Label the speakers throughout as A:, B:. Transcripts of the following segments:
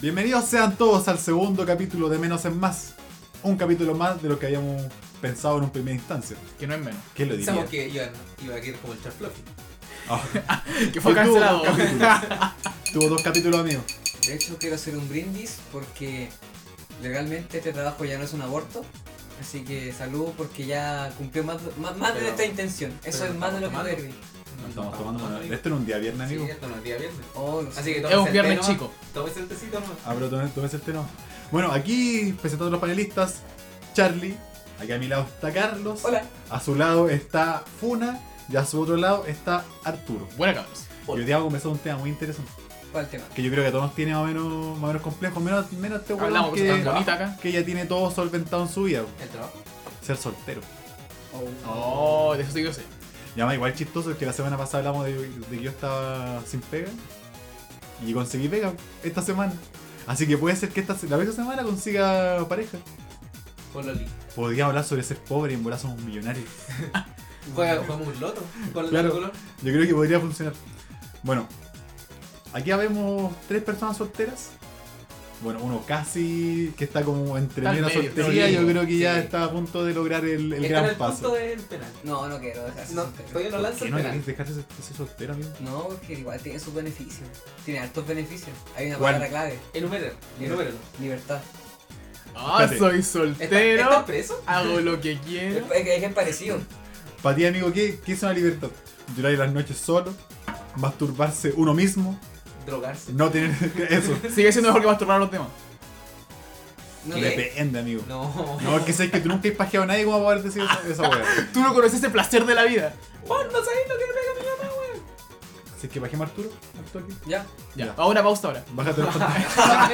A: Bienvenidos sean todos al segundo capítulo de Menos en Más. Un capítulo más de lo que habíamos pensado en un primera instancia.
B: Que no es menos.
A: ¿Qué lo diría?
C: Pensamos que iba, iba a quedar como el Charfluffy.
A: Ah,
B: Que fue
A: Hoy tuvo
B: cancelado.
A: dos capítulos. Tuvo dos capítulos, amigo.
C: De hecho, quiero hacer un brindis porque legalmente este trabajo ya no es un aborto. Así que salud porque ya cumplió más, más, más de
D: Pero-
C: nuestra intención. Eso
D: pero
C: es más de lo que
D: estamos
C: puede
D: tomando.
C: hervir.
A: No estamos tomando nada. Esto en un día viernes,
D: Sí,
A: amigo.
D: esto no es día viernes.
C: Oh, lo
D: Así
C: sé.
D: que
B: Es un
D: el
B: viernes
D: té nomás.
B: chico.
D: Tómese el tecito nomás.
A: Ah, pero tome- tómese este no. Bueno, aquí presentando a los panelistas, Charlie. Aquí a mi lado está Carlos.
C: Hola.
A: A su lado está Funa. Y a su otro lado está Arturo.
B: Buena cabros.
A: Y hoy día vamos a comenzar un tema muy interesante.
C: ¿Cuál tema?
A: Que yo creo que a todos nos tiene más o menos, más o menos complejo. Menos, menos este huevón
B: Hablamos que tan
A: que,
B: bonita acá.
A: que ya tiene todo solventado en su vida.
D: El trabajo.
A: Ser soltero.
B: Oh, de eso sí que yo sé.
A: Y además igual chistoso es que la semana pasada hablamos de, de que yo estaba sin pega. Y conseguí pega esta semana. Así que puede ser que esta, se- la próxima semana consiga pareja.
D: Pololi.
A: Podría hablar sobre ser pobre y en volar somos millonarios.
D: Juega, jugamos un loto. Con el
A: Claro.
D: color.
A: Yo creo que podría funcionar. Bueno, aquí vemos tres personas solteras. Bueno, uno casi que está como entre
B: Está al
A: medio
B: medio,
A: soltería.
B: está al
A: Yo
B: medio,
A: creo que ya
C: sí.
A: está a punto de lograr el, el
D: Está en
A: gran
D: el punto
A: paso.
D: del penal.
C: No, no quiero dejarse
D: No,
C: soltero.
D: todavía no
A: ¿Por
D: lanza
A: qué
D: el
A: no
D: penal.
A: querés dejarse ser- ser soltero, amigo?
C: No, porque igual tiene sus beneficios. Tiene altos beneficios. Hay una
A: ¿Cuál?
C: palabra clave.
D: Enuméralo. Enuméralo.
C: Libertad.
B: Ah,
A: Espérate.
B: soy
D: ¿Está, ¿Estás
B: soltero.
D: preso?
B: Hago lo que
C: Es
B: quiero.
C: es que es parecido.
A: Para ti, amigo, ¿qué, qué es una libertad? Llorar las noches solo, masturbarse uno mismo,
D: Drogarse.
A: no tener eso.
B: Sigue siendo mejor que masturbar a los demás.
C: No
D: ¿Qué?
C: sé.
A: Depende, amigo.
D: No.
A: No, porque sé que tú nunca has pajeado a nadie como para poder decir esa, esa weá.
B: Tú no conoces el placer de la vida.
D: Juan, no sabes lo que te pega mi mamá,
A: Si es que pajeamos a Arturo, Arturo aquí.
C: Ya.
B: Ya,
A: Ya.
B: vamos a una pausa ahora.
A: Bájate los pantalones.
D: weón.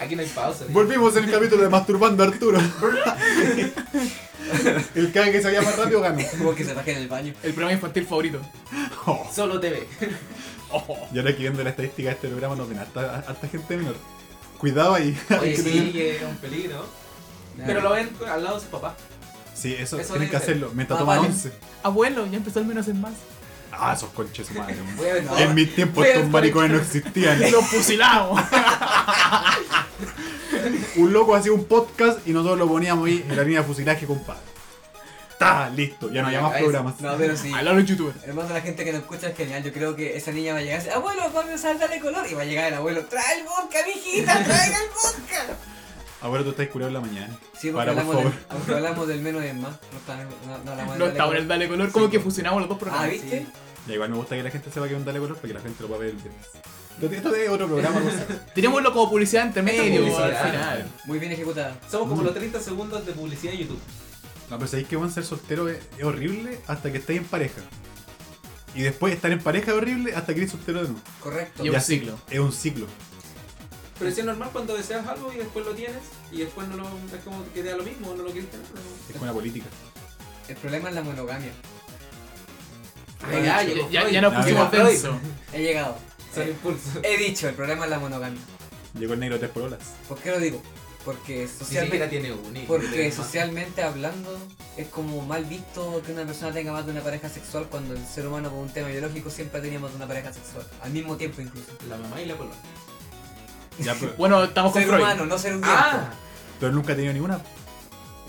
D: Aquí no hay pausa. ¿eh?
A: Volvimos en el capítulo de Masturbando a Arturo. el cara que se vaya más rápido ganó.
C: Como que se baje en el baño.
B: El programa infantil favorito.
A: Oh.
D: Solo TV.
B: Oh.
A: Y ahora que viendo la estadística de este programa, no ven harta, harta gente menor. Cuidado ahí.
D: Oye, sí, que es un peligro. Pero lo ven al lado de su papá.
A: Sí, eso, tienen
D: Eso debe
A: que
D: ser.
A: hacerlo. Mientras
C: Ah,
A: toman
C: vale.
A: 11.
B: Abuelo, ya empezó el menos en más.
A: Ah, esos conches madre. weón.
D: Voy a ver.
A: En mis tiempos
D: Voy a
A: estos maricones no existían.
B: Los fusilamos.
A: Un loco hacía un podcast y nosotros lo poníamos ahí en la línea de fusilaje, compadre. Está listo, ya no había más
D: Ahí-
A: programas.
C: No, pero sí. Ah,
B: A los youtubers.
C: Hermano, la gente que nos escucha es genial. Yo creo que esa niña va a llegar y decir, abuelo, vamos a darle color. Y va a llegar el abuelo, trae el vodka, mijita, trae el vodka.
A: Ahora tú estás curado en la mañana.
C: Sí, porque,
A: Para, por
C: hablamos,
A: favor.
C: Del, porque hablamos del menos es más. No, está- no, no hablamos del
B: No
C: dale
B: está bueno el
C: color.
B: dale color. Como que fusionamos los dos
C: Ah,
B: programas.
C: ¿viste?
A: Ya igual me gusta que la gente sepa que es un dale color para que la gente lo pueda ver el viernes. Pero Esto es otro programa, no sé.
B: Tirémoslo como publicidad entre
D: Esto es
B: medio. Al
D: publicidad.
B: final.
C: Muy bien ejecutada.
D: Somos
A: Mm.
D: como los 30 segundos de publicidad en YouTube.
A: No, pero sabéis que van ser soltero es, es horrible hasta que estáis en pareja. Y después estar en pareja es horrible hasta que eres soltero de nuevo.
C: Correcto.
B: Y
A: Ya
B: un
A: sí.
B: ciclo.
A: Es un ciclo.
D: Pero si es normal cuando deseas algo y después lo tienes y después no lo, es como que te da lo mismo, no lo quieres tener. pero-
A: Es como una política.
C: El problema es la monogamia.
D: Ay,
B: Ya, ya-
D: chico,
B: ya
D: Ah, Freud.
B: nos
A: No,
B: pusimos
D: mira.
B: tenso.
C: He llegado.
D: Soy impulso.
C: He dicho, el problema es la monogamia.
A: Llegó el negro tres porolas.
C: ¿Por qué lo digo? Porque socialmente,
D: tiene un
C: porque socialmente hablando es como mal visto que una persona tenga más de una pareja sexual cuando el ser humano por un tema biológico siempre ha tenido más de una pareja sexual. Al mismo tiempo incluso.
D: La mamá y la polola.
A: Ya, pero,
B: Bueno, estamos con
C: Ser
B: Freud.
C: humano, no ser un
D: Ah,
A: pero nunca he tenido ninguna.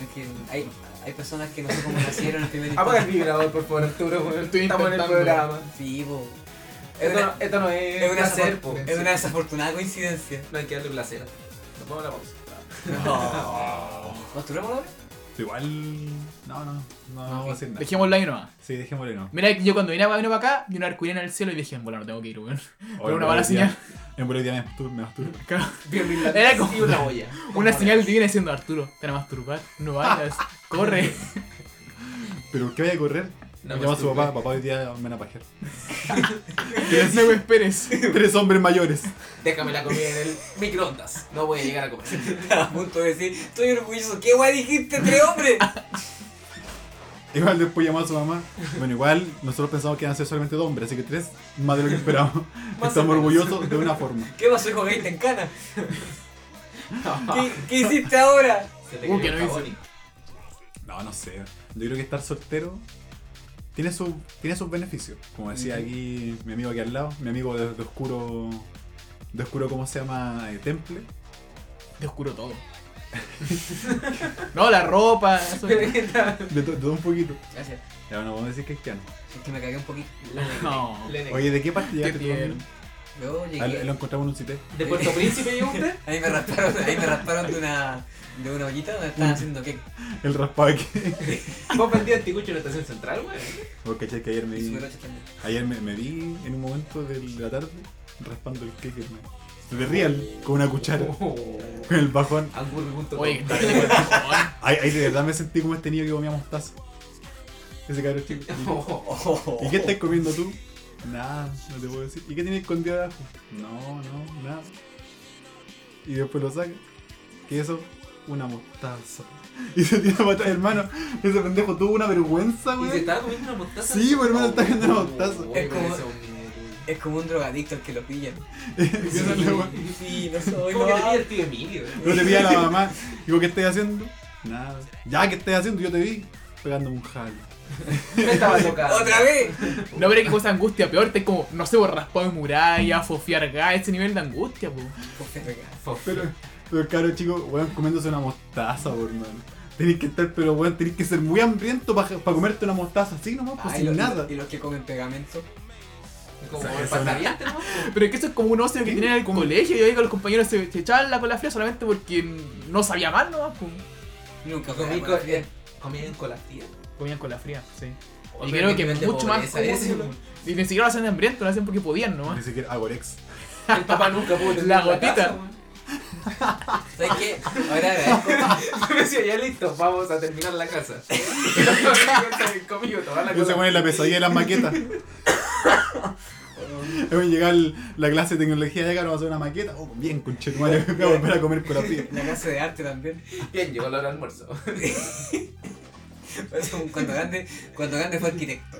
C: Es que hay, hay personas que no sé cómo nacieron en primer
D: apaga el
C: instante.
D: vibrador, por favor, Arturo. weón.
B: Estoy
D: Estamos en el
B: intentando.
D: programa.
C: Sí, po. Es
D: Esto
C: una,
D: no, esto no es,
C: es una
D: placer,
C: desaf-
D: po.
C: es una desafortunada coincidencia.
D: No hay que darle placer. Nos vamos a la pausa.
C: No. ¿Masturbamos ahora?
A: Igual. No, no, no, no vamos a decir nada.
B: Dejémoslo ahí nomás.
A: Sí, dejémosle no.
B: Mira, yo cuando vine, a- vine para acá, vi una arcoíris en el cielo y dije, bueno, no tengo que ir, weón.
A: Hoy
B: una
A: en
B: mala
A: Bolivia- En Bolivia me mastur- me masturbo.
B: Claro.
D: Violín
B: Era como-
D: y una olla.
B: Una señal divina diciendo, Arturo, te van a masturbar, no vayas, corre.
A: ¿Pero por qué vaya a correr?
D: No, pues
A: me llama su
D: masturbe.
A: papá, papá hoy día me van a pajear.
B: no me esperes.
A: Tres hombres mayores.
D: Déjame la comida en el microondas. No voy a llegar a comer.
C: A punto de decir, estoy orgulloso. ¿Qué guay dijiste, tres hombres?
A: Igual después llamó a su mamá. Bueno, igual nosotros pensamos que iban a ser solamente dos hombres, así que tres más de lo que esperábamos.
D: Más o
A: Estamos
D: menos.
A: orgullosos de una forma.
C: ¿Qué pasó con Gaita en cana? ¿Qué, qué hiciste ahora?
D: Se te
B: Uh,
D: cayó
B: que
D: el
B: no hice.
D: jabón y-
A: No, no sé. Yo creo que estar soltero tiene, su, tiene sus beneficios. Como decía
B: Ujú.
A: aquí mi amigo aquí al lado, mi amigo de, de oscuro. de oscuro, ¿cómo se llama? Eh, temple.
B: Te oscuro todo. no, la ropa. eso.
A: De, to- de todo un poquito.
C: Gracias.
A: Ya, no vamos a decir cristiano.
C: Es que me cagué un poquito.
B: No.
A: Oye, ¿de qué parte llegaste tú?
B: tierno.
A: amigo?
C: Yo
A: Ah,
C: llegué.
A: lo lo encontramos en un sitio.
D: ¿De Puerto Príncipe llegó usted?
C: A mí me rasparon, a mí me rasparon de una. de una ollita donde estaban haciendo cake.
A: El raspado que.
D: ¿Vos vendías anticucho en la estación central, güey?
A: Vos cachai que ayer me
C: Y
A: vi.
C: super 8 también.
A: Ayer me, me vi en un momento de la tarde raspando el cake, hermano. De real, con una cuchara,
D: Oh.
A: con el bajón.
D: Angurri.com.
B: Oye, está bien, weón.
A: Ahí, ahí de verdad me sentí como este niño que comía mostaza. Ese cabrón chico.
D: Oh.
A: ¿Y qué estás comiendo tú? Nada, no te puedo decir. ¿Y qué tienes escondido abajo? No, no, nada. Y después lo saca. ¿Qué es eso? Una mostaza. Y se tira para atrás, hermano. Ese pendejo tuvo una vergüenza,
D: ¿Y se
A: güey.
D: estaba comiendo una mostaza?
A: Sí, güey, hermano, estaba comiendo una
D: Oh,
A: mostaza.
D: güey,
C: Es como-
D: ese hombre.
C: Oh, Es como un drogadicto el que lo pillan.
A: Esa es la weá.
C: Sí, no soy.
D: ¿Cómo que te
C: no.
D: pide el tío Emilio?
A: No te vi a la mamá. Digo, ¿qué estás haciendo? Nada. Ya, ¿qué estás haciendo? Yo te vi pegando un jalo.
D: Me estaba tocando.
B: Pues
C: ¡Otra vez!
B: No, pero qué cosa de angustia peor. Te como, no sé, vos raspado de muralla, fofiar gas, ese nivel de angustia, po.
C: Pues
A: Pero, pero caro chico, weón, comiéndose una mostaza, por hermano. Tenés que estar, pero weón, tenés que ser muy hambriento para comerte una mostaza así nomás, pues
C: Ay,
A: sin
C: los-
A: nada.
C: Y los que comen pegamento.
D: Como
A: Esa-
D: el
A: esa-
D: pataviante, ¿no?
B: Pero es que eso es como un ocio que tienen en el colegio. Yo ahí con los compañeros se, se echaban la cola fría solamente porque no sabía más, ¿no? Po.
C: Nunca
D: Comí
C: comí
D: co-
C: con
D: Comían con las tías.
B: Comían cola fría, sí.
D: Otro
B: Y creo que
D: nivel de
B: mucho más
D: pobreza ese,
B: cómodo. Y ni siquiera lo hacen de hambriento, lo hacen porque podían
A: Ni
B: nomás.
A: siquiera Agorex.
D: El papá nunca pudo tener
B: La
D: una
B: gotita.
D: casa, güey.
C: ¿Sabes qué? Ahora agradezco.
D: Me decía, ya listo, vamos a terminar la casa. Y la familia se comió toda la
A: Yo se
D: cosa.
A: pone la pesadilla de las maquetas. Weón, llega el- la clase de tecnología de acá, vamos a hacer una maqueta. Oh, bien, conchetumare, voy a volver a comer cola fría.
C: La casa de arte también.
D: Bien, llegó la hora de almuerzo.
C: Es un- Cuando grande, cuando grande fue arquitecto.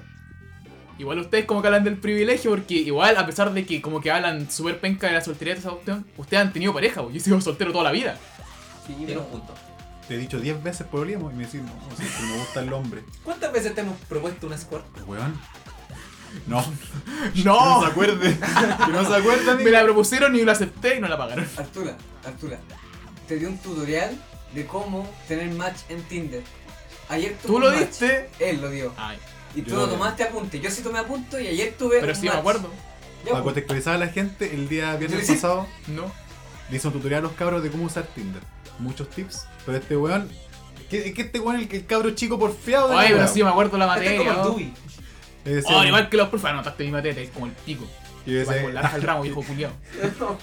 B: Igual ustedes como que hablan del privilegio, porque igual a pesar de que como que hablan súper penca de la soltería de esa cuestión, ustedes han tenido pareja, po. yo he sido soltero toda la vida.
D: Tiene un punto.
A: Te he dicho 10 veces por pues, y me decís, no, o sea, que me gusta el hombre.
D: ¿Cuántas veces te hemos propuesto un squirt?
A: Weón. No, que no
B: ¡No!
A: se acuerde. Que no se acuerde,
B: Me
A: amigo.
B: la propusieron y la acepté y no la pagaron.
C: Artula, Artula, te di un tutorial de cómo tener match en Tinder. Ayer tuve
B: ¿Tú
C: un
B: lo
C: match.
B: diste?
C: Él lo dio.
B: Ay,
C: Y tú
A: Yo
C: no
A: lo-
C: tomaste apunte. Yo sí tomé apunte y ayer tuve.
B: pero
C: un
B: sí me
C: match.
B: acuerdo.
C: Ya,
A: Para
C: pues.
A: contextualizar a la gente, el día viernes
C: Sí, sí.
A: pasado
B: No.
A: le hice un tutorial a los cabros de cómo usar Tinder. Muchos tips, pero este weón. ¿Qué, qué este weón el, el cabro chico porfiado de la
B: Ay, pero
A: weá?
B: sí me acuerdo la
D: Este es
B: materia.
D: como el
B: ¿no?
D: Dubi.
A: Y decía-
B: Oh, igual que los profes, anotaste mi materia, es como el pico.
A: y
B: Vas a
A: decía- "Ah,
B: volar al ramo, hijo culiao.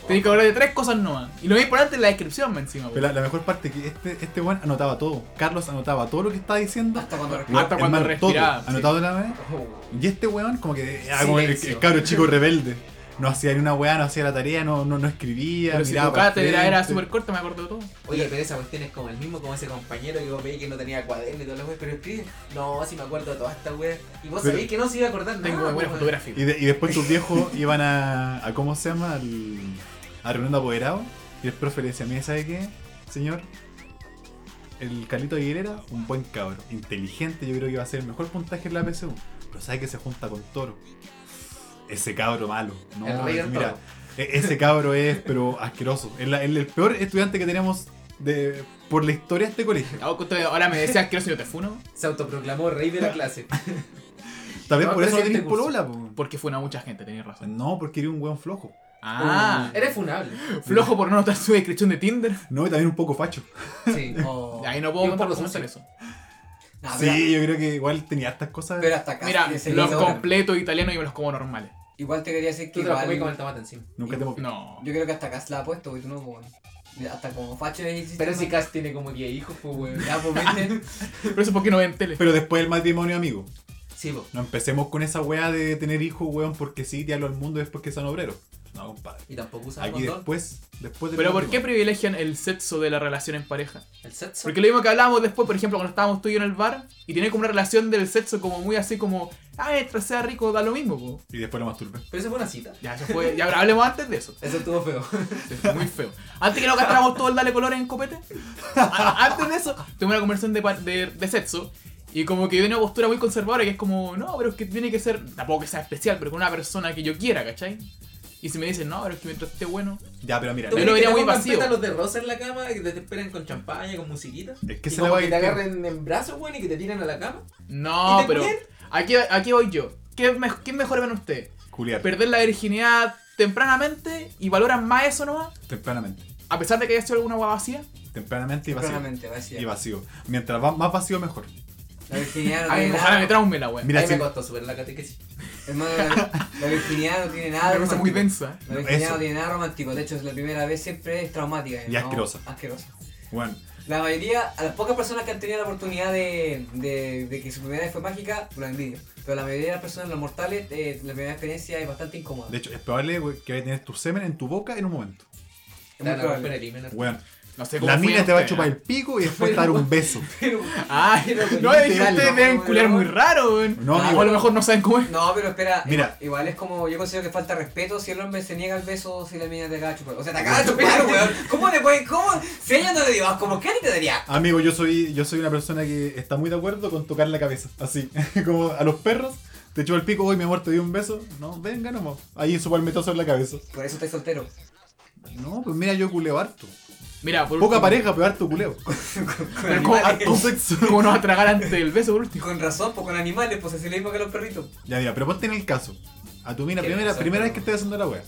B: Tenés que hablar de tres cosas nomás. Y lo más importante es la descripción, me encima. po.
A: pero la, la mejor parte es que este, este weón anotaba todo. Carlos anotaba todo lo que estaba diciendo.
C: Hasta cuando
A: Weón,
C: respiraba.
B: Hasta cuando
A: todo,
B: respiraba, sí.
A: Anotado la vez. Y este weón, como que era como el,
C: Silencio.
A: el cabro chico rebelde. No hacía ni una weá, no hacía la tarea, no, no, no escribía,
B: Pero si
A: miraba.
B: tu
A: para
B: cátedra era
A: frente.
B: súper corta, me acuerdo de todo.
D: Oye, pero esa cuestión es como el mismo, como ese compañero que vos veis que no tenía cuaderno y todas las weas, pero escribe. No, si me acuerdo de todas estas weas. Y vos
A: Pero-
D: sabéis que no se iba a acordar nada.
B: Tengo memoria
D: weón.
B: fotográfica.
A: Y, de- y después tus viejos iban a, a ¿cómo se llama? Al, a reunión de apoderados. Y el profe le decía, mire, ¿sabe qué, señor? El Carlito Aguilera, un buen cabro, inteligente, yo creo que va a ser el mejor puntaje en la PSU. Pero sabe que se junta con Toro. Ese cabro malo. No,
D: El rey del
A: mira,
D: toro.
A: e- ese cabro es, pero asqueroso. Es la- el, el peor estudiante que tenemos de, por la historia de este colegio.
B: Ah, justo Ahora me decías que no si yo te funo,
D: Se autoproclamó rey de la clase.
A: Tal vez
D: No,
A: por eso no
D: presidente
A: tenés
D: curso.
A: polola, po.
B: porque funa a mucha gente, tenés razón.
A: No, porque era un weón flojo.
B: Ah,
D: Mm. Eres funable.
B: flojo por no notar su descripción de Tinder.
A: No, y también un poco facho.
D: Sí.
C: Oh.
B: Ahí no
D: Y
B: puedo
D: un
B: contar
D: poco
B: cómo hacer
D: sucio.
B: eso.
C: Ah, pero-
A: Sí, yo creo que igual tenía estas cosas.
C: Pero hasta acá.
B: Mira,
C: le seguí
B: los
C: la hora.
B: completos italianos y me los como normales.
C: Igual te quería decir que
D: Tú te lo comí con el
C: igual.
D: tomate encima.
A: Nunca te moví.
B: No.
C: Yo creo que hasta acá se la ha puesto, porque tú no, pues, bueno. Hasta como facho le hiciste.
D: Pero si Cass tiene como 10 hijos, pues weón.
C: Ya, pues viste.
B: Pero eso es porque no ven tele.
A: Pero después del matrimonio, amigo.
D: Sí, po.
A: No empecemos con esa wea de tener hijos, weón, porque sí, diablo al mundo después que son obreros. No, compadre.
D: Y tampoco usaba
A: Aquí
D: condón.
A: después, después del
B: Pero ¿por qué
A: matrimonio.
B: privilegian el sexo de la relación en pareja?
D: El sexo.
B: Porque lo mismo que hablábamos después, por ejemplo, cuando estábamos tú y yo en el bar, y tenía como una relación del sexo como muy así como, ah, mientras sea rico da lo mismo, po.
A: Y después lo masturbé.
D: Pero eso fue una cita.
B: Ya, eso fue, ya pero hablemos antes de eso.
D: Eso estuvo feo.
B: Sí, Muy feo. Antes que nos gastáramos todo el darle colores en copete, a- antes de eso, tuve una conversación de, pa- de, de sexo. Y como que yo tenía una postura muy conservadora que es como, no, pero es que tiene que ser, tampoco que sea especial, pero con una persona que yo quiera, ¿cachai? Y si me dicen, no, pero es que mientras esté bueno.
A: Ya, pero mira, eh,
B: Yo
D: ¿Tú
B: lo
D: crees
B: vería
D: que
B: muy
D: pongan
B: vacío.
D: pétalos de rosa en la cama y que te esperan con champaña, con musiquitas?
A: es que
D: y
A: se le
D: como
A: va
D: que te agarren en brazos, weón, y que te tiren a la cama.
B: No,
D: ¿Y te
B: Ah, pero.
D: culian?
B: Aquí, aquí voy yo. ¿Qué, me- ¿Qué mejor ven usted?
A: Culiar,
B: ¿Perder la virginidad tempranamente y valoran más eso nomás?
A: tempranamente.
B: A pesar de que haya sido alguna hueá vacía.
A: Tempranamente y vacío.
C: Claramente,
A: Y
C: vacía.
A: vacío. Mientras va- más vacío, mejor.
C: La virginidad no
B: Ay,
C: tiene
B: ojalá me
C: nada.
B: traume la wea.
A: Mira,
D: Ahí
A: si-
D: me costó subir la catequesis.
C: Hermano, la, la virginidad no tiene nada.
B: Una cosa muy
C: romántico.
B: densa.
C: La virginidad
A: Eso.
C: no tiene nada romántico. De hecho, es la primera vez siempre es traumática.
A: Y
C: ¿no?
A: asquerosa.
C: Asquerosa.
A: Bueno,
C: La mayoría, a las pocas personas que han tenido la oportunidad de, de, de que su primera vez fue mágica, lo envidio. Pero la mayoría de las personas, los mortales, eh, la primera experiencia es bastante incómoda.
A: de hecho, es probable güey, que vayas a tener tu semen en tu boca en un momento.
C: es muy probable.
A: Bueno,
B: No sé cómo
A: la
B: fue
A: mina te va a
B: usted,
A: chupar
B: ¿eh?
A: el pico y después te va a dar un beso.
C: Pero-
B: Ay, no, es que
A: Literal,
B: ustedes
A: ¿no?
B: deben culiar muy raro, weón.
A: No,
B: Ah,
A: amigo.
B: o a lo mejor no saben cómo es.
C: no, pero espera,
A: Mira.
C: igual, igual es como, yo considero que falta respeto si el hombre se niega al beso si la mina te acaba de chupar. O sea, te acaba de chupar, weón. ¿Cómo te pueden, cómo? Si ella no te dio asco, ¿por qué a ti te daría asco?
A: Amigo, yo soy, yo soy una persona que está muy de acuerdo con tocar la cabeza. Así, como a los perros, te chupa el pico, hoy mi amor, te doy un beso. No, venga nomás. Ahí en su palmetazo en la cabeza.
C: Por eso estoy soltero.
A: No, pues mira, yo culeo harto.
B: Mira, por
A: Poca
B: último,
A: pareja, pero harto culeo.
B: Pero ¿cómo,
A: Harto sexo.
B: ¿Cómo nos va a tragar antes del beso por último?
C: Con razón, pues con animales, pues es lo mismo que los perritos.
A: Ya, mira, pero ponte en el caso. A tu mina,
C: Qué
A: primera,
C: beso,
A: primera vez
C: pero-
A: que estés haciendo la wea.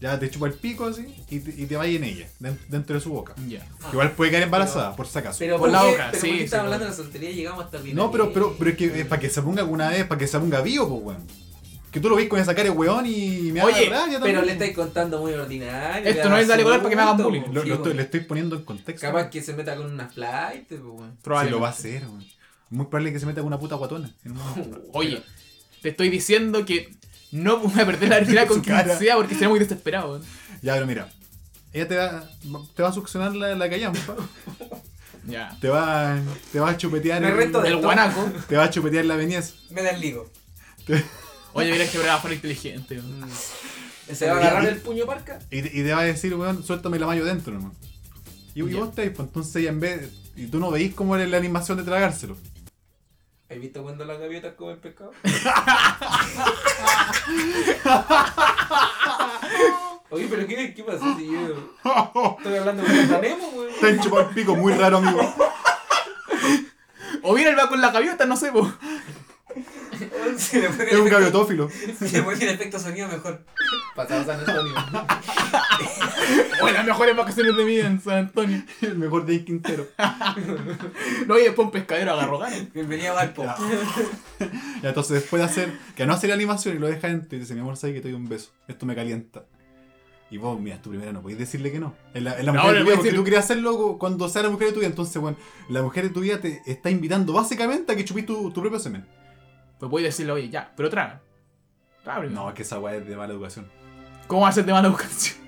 A: Ya te chupa el pico así y te, y te vaya en ella, den- dentro de su boca.
B: Ya.
A: Igual puede quedar embarazada, por si acaso.
D: Pero
B: Por la
D: qué-
B: boca,
D: pero
B: sí,
D: ¿por qué
B: sí,
D: estaba
B: por-
D: hablando de la soltería y llegamos hasta el final.
A: no, pero, pero, pero es que eh, es para que se ponga alguna vez, para que se ponga vivo, pues weón. Que tú lo veis con esa cara de weón y me
B: Oye,
A: da rabia también.
D: Pero le estáis contando muy ordinario.
B: Esto
D: le
B: no
D: da
B: es dale color
D: susto,
B: para que me hagan bullying.
D: po.
A: Lo-
D: Sí,
A: lo
D: po.
A: estoy, le estoy poniendo en contexto.
D: Capaz que se meta con una flight,
A: Si
D: pues, weón.
A: lo va a
B: Probablemente.
A: hacer, weón. Muy probable que se meta con una puta guatona. en un momento.
B: Oye, te estoy diciendo que no voy a perder la virginidad con
A: Su
B: quien
A: cara.
B: sea porque sería muy desesperado. weón.
A: Ya, pero mira. Ella te va, te va a succionar la, la callampa.
B: Ya.
A: te, va, te va a chupetear.
C: Me
A: el-
C: reto de-
B: El guanaco.
A: Te va a chupetear la veniez.
C: Me desligo.
B: Oye, mira que programa fue inteligente. weón.
C: Se
D: ¿Se va a agarrar el puño parca?
A: Y, te- y te va a decir, weón, suéltame la mayo dentro, hermano. Y, y
B: Ya.
A: vos estáis, pues entonces ella en vez. Y tú no veís cómo era la animación de tragárselo.
D: ¿Has visto cuando las gaviotas comen pescado? Oye, pero ¿qué, qué pasó si yo estoy hablando con el Nemo, weón?
A: Te han chupado el pico, muy raro, amigo.
B: O bien él va con la gaviota, no sé, po.
C: Si le ponen
A: Es un
C: efecto-
A: gaviotófilo.
C: Si le ponen efecto sonido, mejor.
D: Pasamos a San Antonio.
B: O en las mejores vacaciones de mi vida en San Antonio.
A: El mejor de Quintero.
B: No, y después un pescadero agarró ganas.
C: Bienvenido a Valpo.
A: Ya. Ya, entonces después de hacer, que no hace la animación y lo deja en y dice, mi amor, sabes que te doy un beso, esto me calienta. Y vos, mira, tú primero no podés decirle que no. Es la, es la
B: No,
A: mujer de tu vida,
B: le voy a
A: porque
B: decir-
A: tú querías hacerlo cu- cuando sea la mujer de tu vida. Entonces, bueno, la mujer de tu vida te está invitando básicamente a que chupís tu, tu propio semen.
B: Pues voy a decirle, oye, ya, pero traga. Traga primero.
A: No, es que esa weá es de mala educación.
B: ¿Cómo va a ser de mala educación?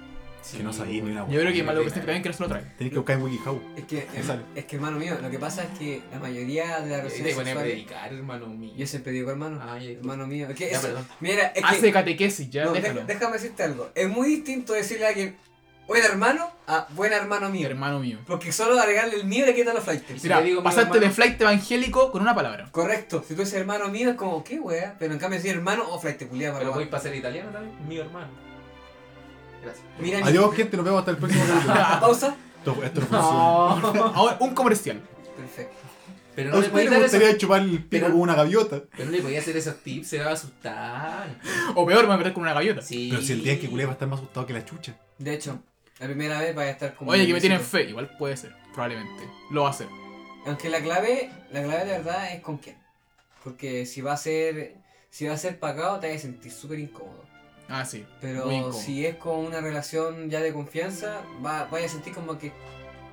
A: que no sabía ni una
B: Yo
A: weá.
B: creo que mala educación también que no se lo trae.
A: Tenés que buscar en WikiHow.
C: Es que,
A: Me sale.
C: es que, hermano mío, lo que pasa es que la mayoría
D: Y ahí
C: de las
D: te
C: relaciones
D: ponía a
C: sexuales.
D: predicar, hermano mío.
C: Yo siempre digo, hermano,
D: Ay,
C: hermano mío. Es que
D: Ya,
C: eso-
D: perdón.
C: mira, es
B: Ah. Hace
C: que.
B: catequesis, ya,
C: no,
B: déjalo.
C: deja- déjame decirte algo. Es muy distinto decirle a alguien, buen hermano, a buen hermano mío.
B: Hermano mío.
C: Porque solo agregarle el mío le quita los flights.
D: Sí.
B: Mira,
D: le digo,
B: pasaste
D: mi hermano-
B: de flight evangélico con una palabra.
C: Correcto, si tú dices hermano mío es como, ¿qué wea? Pero en cambio decir hermano o flight, culiado para
D: Pero
C: la
D: voy
C: wea.
D: para ser italiano también, mi hermano. Gracias.
C: Mira, ni-
A: Adiós, gente, nos vemos hasta el próximo capítulo.
C: Pausa.
A: Esto, esto no funciona.
B: Ahora, un comercial.
C: Perfecto.
D: Pero
A: ¿A
D: no le
A: usted
D: podía
A: le
D: dar esos-
A: gustaría chupar el pico
D: Pero-
A: con una gaviota?
D: Pero no le podía hacer esos tips, se va a asustar.
B: O peor, me voy a meter con una gaviota.
D: Sí.
A: Pero si el día que culé va a estar más asustado que la chucha.
C: De hecho, la primera vez vaya a estar como.
B: Oye, que me tienen
C: nerviosito.
B: fe. Igual puede ser, probablemente. Lo va a hacer.
C: Aunque la clave, la clave de verdad es con quién. Porque si va a ser, si va a ser pagado te vas a sentir súper incómodo.
B: Ah, sí. Muy
C: Pero
B: incómodo.
C: si es con una relación ya de confianza, va, vaya a sentir como que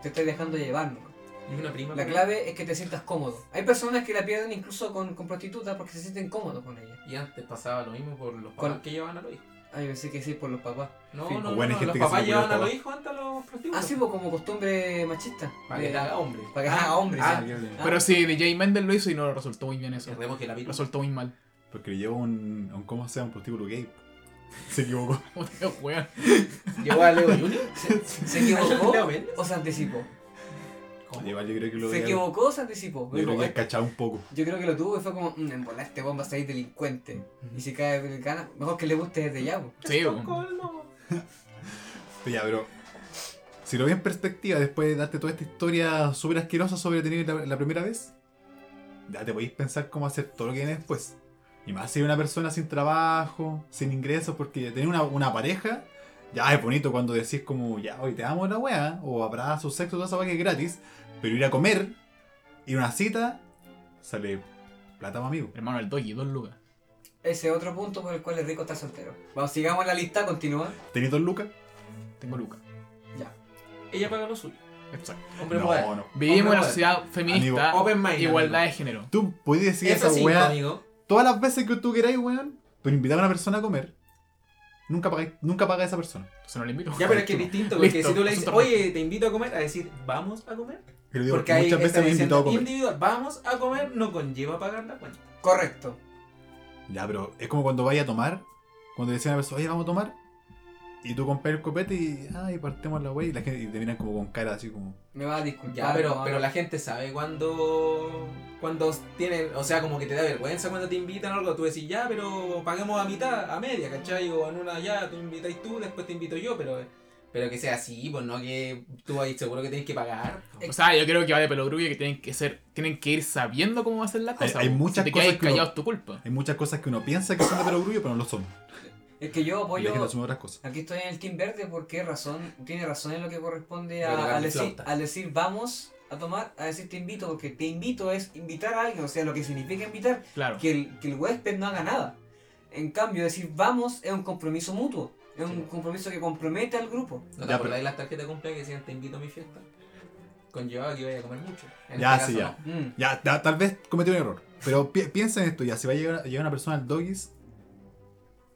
C: te estás dejando llevar. ¿no?
D: Y una prima.
C: La clave es que te sientas cómodo. Hay personas que la pierden incluso con, con prostitutas porque se sienten cómodos con ella.
D: Y antes pasaba lo mismo por los
C: Con-
D: papás que llevaban a los hijos.
C: Ay, pensé que sí por los papás.
D: No,
C: Sí.
D: no,
A: O
D: no,
A: buena
D: no,
A: gente
D: los
A: que se
D: papás
A: lo
D: llevaban a
A: cuidaba.
D: los hijos antes a los prostitutos.
C: Ah, sí, pues como costumbre machista.
D: Para que
C: De-
D: la haga hombre.
C: para que haga hombres.
D: Ah,
C: Ah.
B: Pero sí, DJ Mendel lo hizo y no resultó muy bien eso.
D: Cerremos pues, que la pipa.
B: Resultó muy mal.
A: Porque le llevo un, a un cómo sea un prostíbulo gay. Se equivocó.
B: Puta, Oh, weón.
D: Llegó a Leo Junior.
C: Se equivocó
D: Leo Méndez.
C: o se anticipó.
A: Oye, igual yo creo que lo
C: Se
A: había-
C: equivocó, o se anticipó.
A: Yo creo que
C: Como,
A: has cachado un poco.
C: Yo creo que lo tuvo y fue como, mmm, en bola este bomba va a salir delincuente. Y si cae pelicana, mejor que le guste desde ya, po.
B: Sí, weón.
A: Pero ya, pero. Si lo ves en perspectiva, después de darte toda esta historia súper asquerosa sobre tener la, la primera vez, ya te podéis pensar cómo hacer todo lo que viene después. Y más si eres una persona sin trabajo, sin ingresos, porque tener una, una pareja, ya es bonito cuando decís como, ya, hoy te amo la wea, o abrazo, sexo, toda esa wea que es gratis, pero ir a comer, ir a una cita, sale plata, más amigo.
B: Hermano, el doji, dos lucas.
C: Ese es otro punto por el cual es rico estar soltero. Vamos, sigamos la lista, continúa.
A: ¿Tenís dos lucas?
B: Tengo lucas.
C: Ya.
D: Ella paga lo suyo.
B: Exacto.
D: Hombre moderno.
A: No, no.
B: Vivimos en una
D: moderno.
B: sociedad feminista,
D: Amigo, open mind,
B: igualdad
D: amigo.
B: de género.
A: Tú puedes decir
D: Eso
A: esa
D: sí,
A: wea.
D: amigo.
A: todas las veces que tú queráis, weón, pero invitar a una persona a comer, nunca pagáis, nunca paga esa persona.
B: Entonces no le invito.
D: Ya, pero es que
B: Tú
D: es
B: no.
D: distinto, porque
B: Listo,
D: si tú le dices,
B: asunto
D: oye, te invito a comer, a decir, ¿vamos a comer?
A: Pero digo, porque
D: Porque ahí
A: muchas veces
D: están
A: me he invitado a
D: diciendo,
A: comer.
D: individual, vamos a comer, no conlleva pagar la cuenta.
C: Correcto.
A: Ya, pero es como cuando vais a tomar, cuando le decían a una persona, oye, vamos a tomar, y tú compras el copete y, ay, partimos la wey, y la gente y te miran como con cara así como,
C: Me va a disculpar.
A: Ah,
D: Ya, pero,
C: no,
D: pero
C: no.
D: la gente sabe cuando, cuando tienen, o sea, como que te da vergüenza cuando te invitan o algo, tú decís, ya, pero paguemos a mitad, a media, ¿cachai? O en una ya, tú invitáis tú, después te invito yo, pero, pero que sea así, pues no que tú ahí seguro que tienes que pagar.
B: O sea, yo creo que vale pelogrullo que tienen que ser, tienen que ir sabiendo cómo va a ser la
A: Hay-
B: cosa.
A: hay
B: weón.
A: muchas
B: si te
A: cosas
B: quedas
A: que no-
B: callado es tu culpa.
A: hay muchas cosas que uno piensa que son de perogrullo, pero no lo son.
C: Es que yo
A: Y la
C: apoyo.
A: gente asume otras cosas.
C: Aquí estoy en el Team Verde porque razón, tiene razón en lo que corresponde
D: Voy a tocar
C: a, al
D: mi
C: decir,
D: flauta.
C: al decir vamos a tomar, a decir te invito, porque te invito es invitar a alguien, o sea, lo que significa invitar,
B: Claro.
C: que el, que el huésped no haga nada. En cambio, decir vamos es un compromiso mutuo, es un
D: Sí.
C: compromiso que compromete al grupo.
D: ¿No te
A: Ya,
D: acordás de las tarjetas de cumpleaños que decían te invito a mi fiesta? Conllevaba que vaya a comer mucho. En
A: Ya,
D: este
A: sí,
D: caso,
A: ya.
D: no.
C: Mm.
A: Ya, ta- tal vez cometí un error. Pero pi- piensa en esto, ya, si va a llegar, llegar una persona al doggies,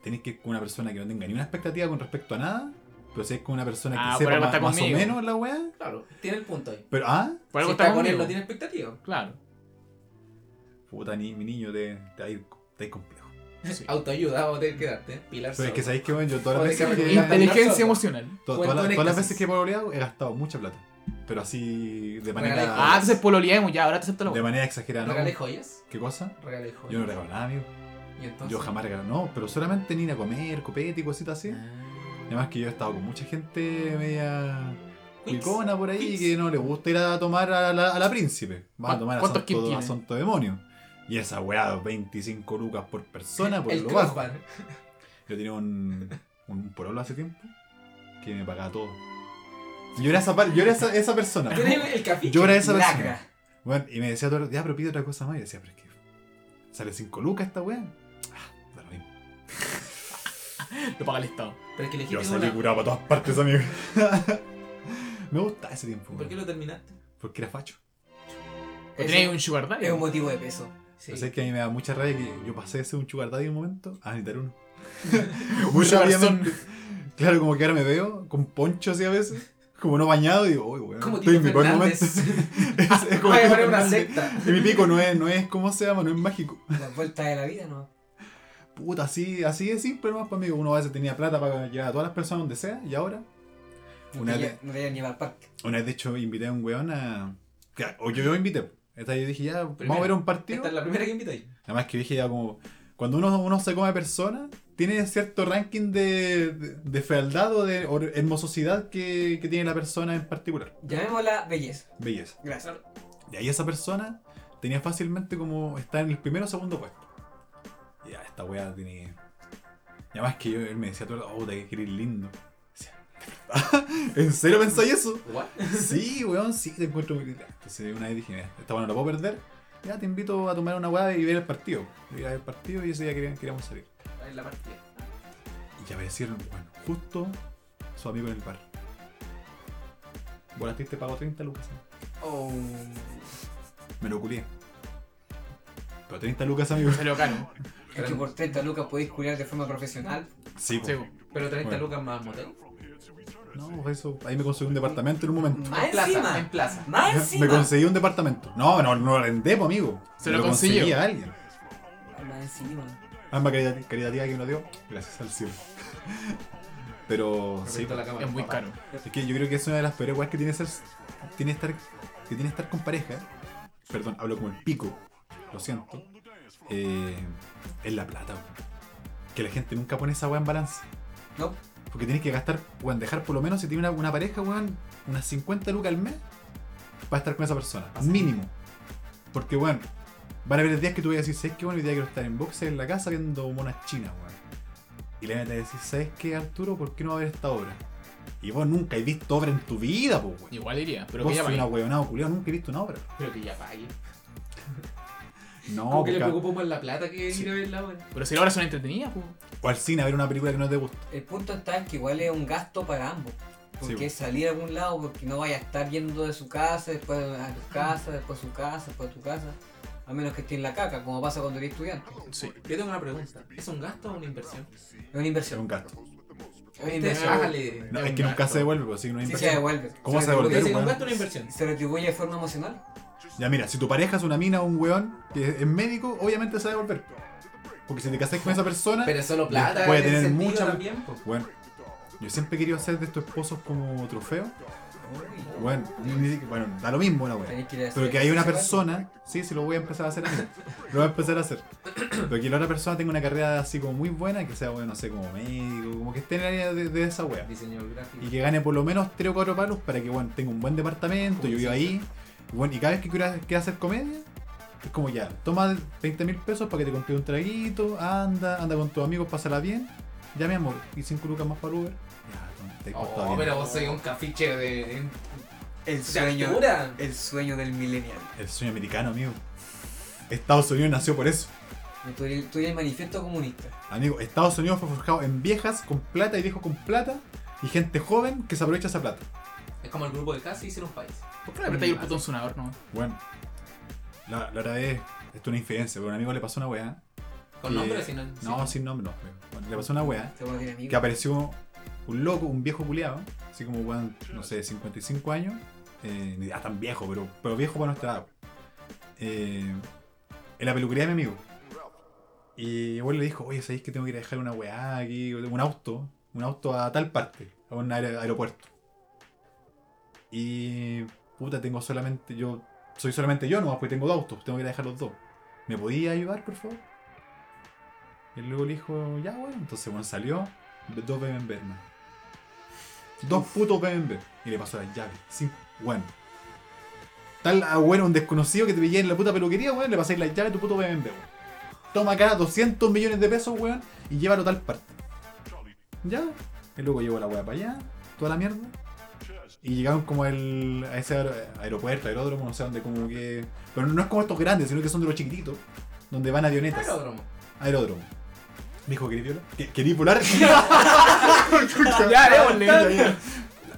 A: tenéis que ir con una persona que no tenga ni una expectativa con respecto a nada. Pero si es con una persona que
B: Ah, por
A: sepa
B: algo
A: ma- más,
B: está
A: o
B: conmigo.
A: menos la weá.
D: Claro, tiene el punto ahí.
A: Pero, ah,
B: Por
D: si
B: algo
D: está con él,
B: conmigo.
D: no tiene expectativa.
B: Claro.
A: puta, ni mi niño te, te va a ir, te va a ir complejo.
B: Sí.
D: Autoayuda, vamos a tener que darte. Pilar
A: Pero es que
D: Soto.
A: sabéis que, bueno, yo todas las
D: Joder,
A: veces
D: que
A: que,
D: recomienda-
A: to-
B: Inteligencia
D: Soto.
B: emocional.
A: todas, las-
D: Cuento en
A: todas las
D: éxtasis.
A: veces que he pololeado, he gastado mucha plata. Pero así, de
D: Regalé-
B: Ah,
A: manera,
B: entonces pololeemos ya, ahora te acepto la
A: de
B: weá.
A: manera exagerada. ¿no?
D: ¿Regalé joyas?
A: ¿Qué cosa?
D: Regalé joyas.
A: Yo no regalo nada, amigo.
D: Y entonces-
A: Yo jamás regalo, no, pero solamente ni ir a comer, copete y cositas así. Además que yo he estado con mucha gente media
D: Quicks.
A: cuicona por ahí
D: Quicks.
A: que no le gusta ir a tomar a la, a la príncipe. Van a
B: ¿Cuán-
A: tomar a
B: cuántos
A: Santo,
B: quicks
A: a
B: tiene?
A: Santo Demonio. Y esa weá, 25 lucas por persona, por
D: el
A: lo bajo.
D: crossbar.
A: Yo tenía un, un porolo hace tiempo que me pagaba todo. Yo era esa, par- yo era esa, esa persona.
D: Tiene el capiche.
A: Yo era esa persona.
C: Lacra.
A: Bueno, y me decía todo, el- ya, pero pide otra cosa más. Y yo decía, pero es que sale 5 lucas esta weá. Ah, da lo mismo.
B: Lo paga el Estado.
D: Pero es que elegiste
A: Yo salí
D: una.
A: curado para todas partes, amigo. me gustaba ese tiempo.
D: ¿Por qué
A: weón.
D: lo terminaste?
A: Porque era facho.
B: Porque
C: Eso
B: Tenéis Pues un sugar daddy.
C: es un motivo de peso.
D: Sí.
A: Pero sabes que a mí me da mucha rabia que yo pasé de ser un sugar daddy en un momento a necesitar uno.
B: Un
A: Muy
B: sugar
A: rápidamente. Claro, como que ahora me veo con poncho así a veces, como no bañado, y digo, uy, weón,
D: Como
A: estoy
D: Tito
A: en mi buen
D: Fernández.
A: momento. Es- es como
D: Voy a
A: Tito
D: poner una
A: Fernández.
D: secta.
A: Y mi pico no es, no es, ¿cómo se llama? No es mágico.
C: Las vueltas de la vida, ¿no?
A: Puta, así, así es simple nomás para mí. Uno a veces tenía plata para llevar a todas las personas donde sea, y ahora.
C: No
A: Una
C: te,
A: de-
C: lle- no te llevan ni al parque.
A: Una vez, de hecho, invité a un weón a. Claro, O yo, yo invité. Esta yo dije, ya, vamos a ver un partido.
D: Esta es la primera que invitáis.
A: Además que dije ya como. Cuando uno, uno se come persona, tiene cierto ranking de, de, de fealdad o de o hermososidad que, que tiene la persona en particular.
C: Llamémosla belleza.
A: Belleza.
C: Gracias.
A: Y ahí esa persona tenía fácilmente como estar en el primero o segundo puesto. Y ya, esta weá tiene. Y además que yo, él me decía todo, el rato, oh, te querés lindo. Decía, ¿En serio pensáis eso?
D: ¿What?
A: Sí, weón, sí, te encuentro muy linda. Entonces una vez dije, mira, esta weá no la puedo perder. Ya te invito a tomar una weá y ver el partido. Y ir a ver el partido y ese día queríamos, queríamos salir.
D: Ahí es la partida.
A: Y ya aparecieron, bueno, justo su amigo en el bar. Volaste y te pagó 30 lucas. ¿eh?
C: Oh.
A: Me lo culié. Pero 30 lucas, amigo.
B: Salió caro.
C: Es que
D: Pero-
C: por 30 lucas podéis curar de forma profesional.
A: Sí,
B: Sí,
A: pues.
B: po.
D: Pero 30
A: Bueno.
D: lucas más motel.
A: No, pues eso. Ahí me conseguí un departamento en un momento.
C: Más
D: en plaza,
C: encima.
D: en plaza.
C: Más encima.
A: Me conseguí un departamento. No, no, no lo arrendé, pues, amigo.
B: Se
A: Me
B: lo consiguió.
A: conseguí a alguien.
C: Más encima.
A: Alma caridad- caritativa que nos dio. Gracias al cielo. Pero sí.
D: Respecto a la cámara.
B: Es muy
D: papá.
B: caro.
A: Es que yo creo que es una de las peores weas que tiene ser. Tiene estar. que tiene estar con pareja, perdón, hablo como el pico, lo siento, eh, es la plata, weón. Que la gente nunca pone esa weá en balance.
C: No,
A: Porque tienes que gastar, weón, dejar por lo menos si tiene una, una pareja, weón, unas 50 lucas al mes para estar con esa persona. Mínimo. Porque, weón, van a haber días que tú vas a decir, ¿sabes qué, bueno, hoy día quiero estar en boxer en la casa viendo monas chinas, weón? Y le van a decir, ¿sabes qué, Arturo? ¿Por qué no va a ver esta obra? Y vos nunca has visto obra en tu vida, pues, weón.
B: Igual iría, pero
A: vos
B: que ya
A: sos una
B: pague.
A: weonado culiao, nunca he visto una obra.
D: Pero que ya pague.
A: No,
D: Como que le
A: porque-
D: preocupó más la plata que
A: pues Sí.
D: ir a verla, weón.
B: Pero si las obras son entretenidas, pues.
A: o al cine a ver una película que no te gusta.
C: el punto está en que igual es un gasto para ambos. Porque
A: Sí,
C: es salir a algún lado, porque no vaya a estar yendo de su casa, después a
D: Ah.
C: tu casa, después a su casa, después a tu casa. A menos que esté en la caca, como pasa cuando eres estudiante.
B: Sí.
D: Yo tengo una pregunta. ¿Es un gasto o una inversión?
C: Es una
A: Es
C: inversión.
A: un gasto.
C: Es una
D: Ustedes
C: inversión.
D: hágale.
A: No,
B: Es
A: es
B: un
A: que nunca
B: gasto.
A: se devuelve, pues sí, no hay
C: Sí, se
A: inversión.
C: devuelve.
A: ¿Cómo
C: Se
A: se
C: retribuye-
A: devuelve,
D: Dice que un
A: weón?
D: gasto o una inversión.
C: ¿Se retribuye de forma emocional?
A: Ya mira, si tu pareja es una mina o un weón que es médico, obviamente se va a devolver. Porque si te casás con esa persona,
D: Pero es solo plata.
A: Puede
D: en ese
A: tener
D: sentido
A: mucha-
D: también, po.
A: bueno, yo siempre he querido hacer de estos esposos como trofeo. Bueno, ni- ni- bueno, da lo mismo la weá.
C: Tenés que ir a hacer
A: Pero que hay una
C: ejercicio, ¿vale?
A: persona, sí, sí lo voy a empezar a hacer a mí. Lo voy a empezar a hacer. Pero que la otra persona tenga una carrera así como muy buena, que sea, bueno, no sé, como médico, como que esté en el área de, de esa wea.
D: Diseñador gráfico.
A: Y que gane por lo menos 3 o 4 palos para que, bueno, tenga un buen departamento, yo vivo ahí. Y, bueno, y cada vez que quiera, quiera hacer comedia, es como ya, toma 30 mil pesos para que te compre un traguito, anda, anda con tus amigos, pásala bien. Ya, mi amor, y 5 lucas más para el Uber. Ya, tonto, te costó
D: Oh,
A: bien.
D: pero vos sois un cafiche de.
C: El
D: de
C: sueño,
D: altura.
C: el sueño del millennial.
A: El sueño americano, amigo. Estados Unidos nació por eso.
C: Tú eres tú eres el manifiesto comunista.
A: Amigo, Estados Unidos fue forjado en viejas con plata y viejos con plata y gente joven que se aprovecha esa plata.
D: Es como el grupo de casa y hicieron un país.
B: ¿Por qué no apretáis el botón sonador, no?
A: Bueno, la, la otra vez, esto es una infidencia, pero a un amigo le pasó una weá.
D: Con
A: Eh,
D: nombre, si no. si
A: No, sin nombre, no. weón. Bueno, le pasó una weá
C: Te voy a decir amigo.
A: que apareció un loco, un viejo culiado, así como weón, no sé, 55 años, eh, ni ah, tan viejo, pero, pero viejo para nuestra edad. Eh, en la peluquería de mi amigo. Y el weón le dijo, oye, ¿sabéis que tengo que ir a dejar una weá aquí, un auto, un auto a tal parte, a un aer- aeropuerto? Y puta, tengo solamente, yo, soy solamente yo nomás, porque tengo dos autos, tengo que ir a dejar los dos. ¿Me podía ayudar, por favor? Y luego le dijo, ya, bueno. Entonces, bueno, salió dos BMB, hermano. Dos putos BMB. Y le pasó las llaves. Sí, bueno. Tal, ah, bueno, un desconocido que te pillé en la puta peluquería, weón, le pasáis las llaves a tu puto BMB, weón. Toma acá 200 millones de pesos, weón, y llévalo a tal parte. Ya. Y luego llevó la weá para allá, toda la mierda. Y llegaron como el, a ese aer- aeropuerto, aeródromo, no sé dónde, como que. Pero no es como estos grandes, sino que son de los chiquititos, donde van
D: no.
A: avionetas.
D: Aeródromo.
A: Aeródromo. Me dijo, ¿querí violar? ¿Que- ¿Querí volar?
B: Ya, démosle.
A: Ya, ya.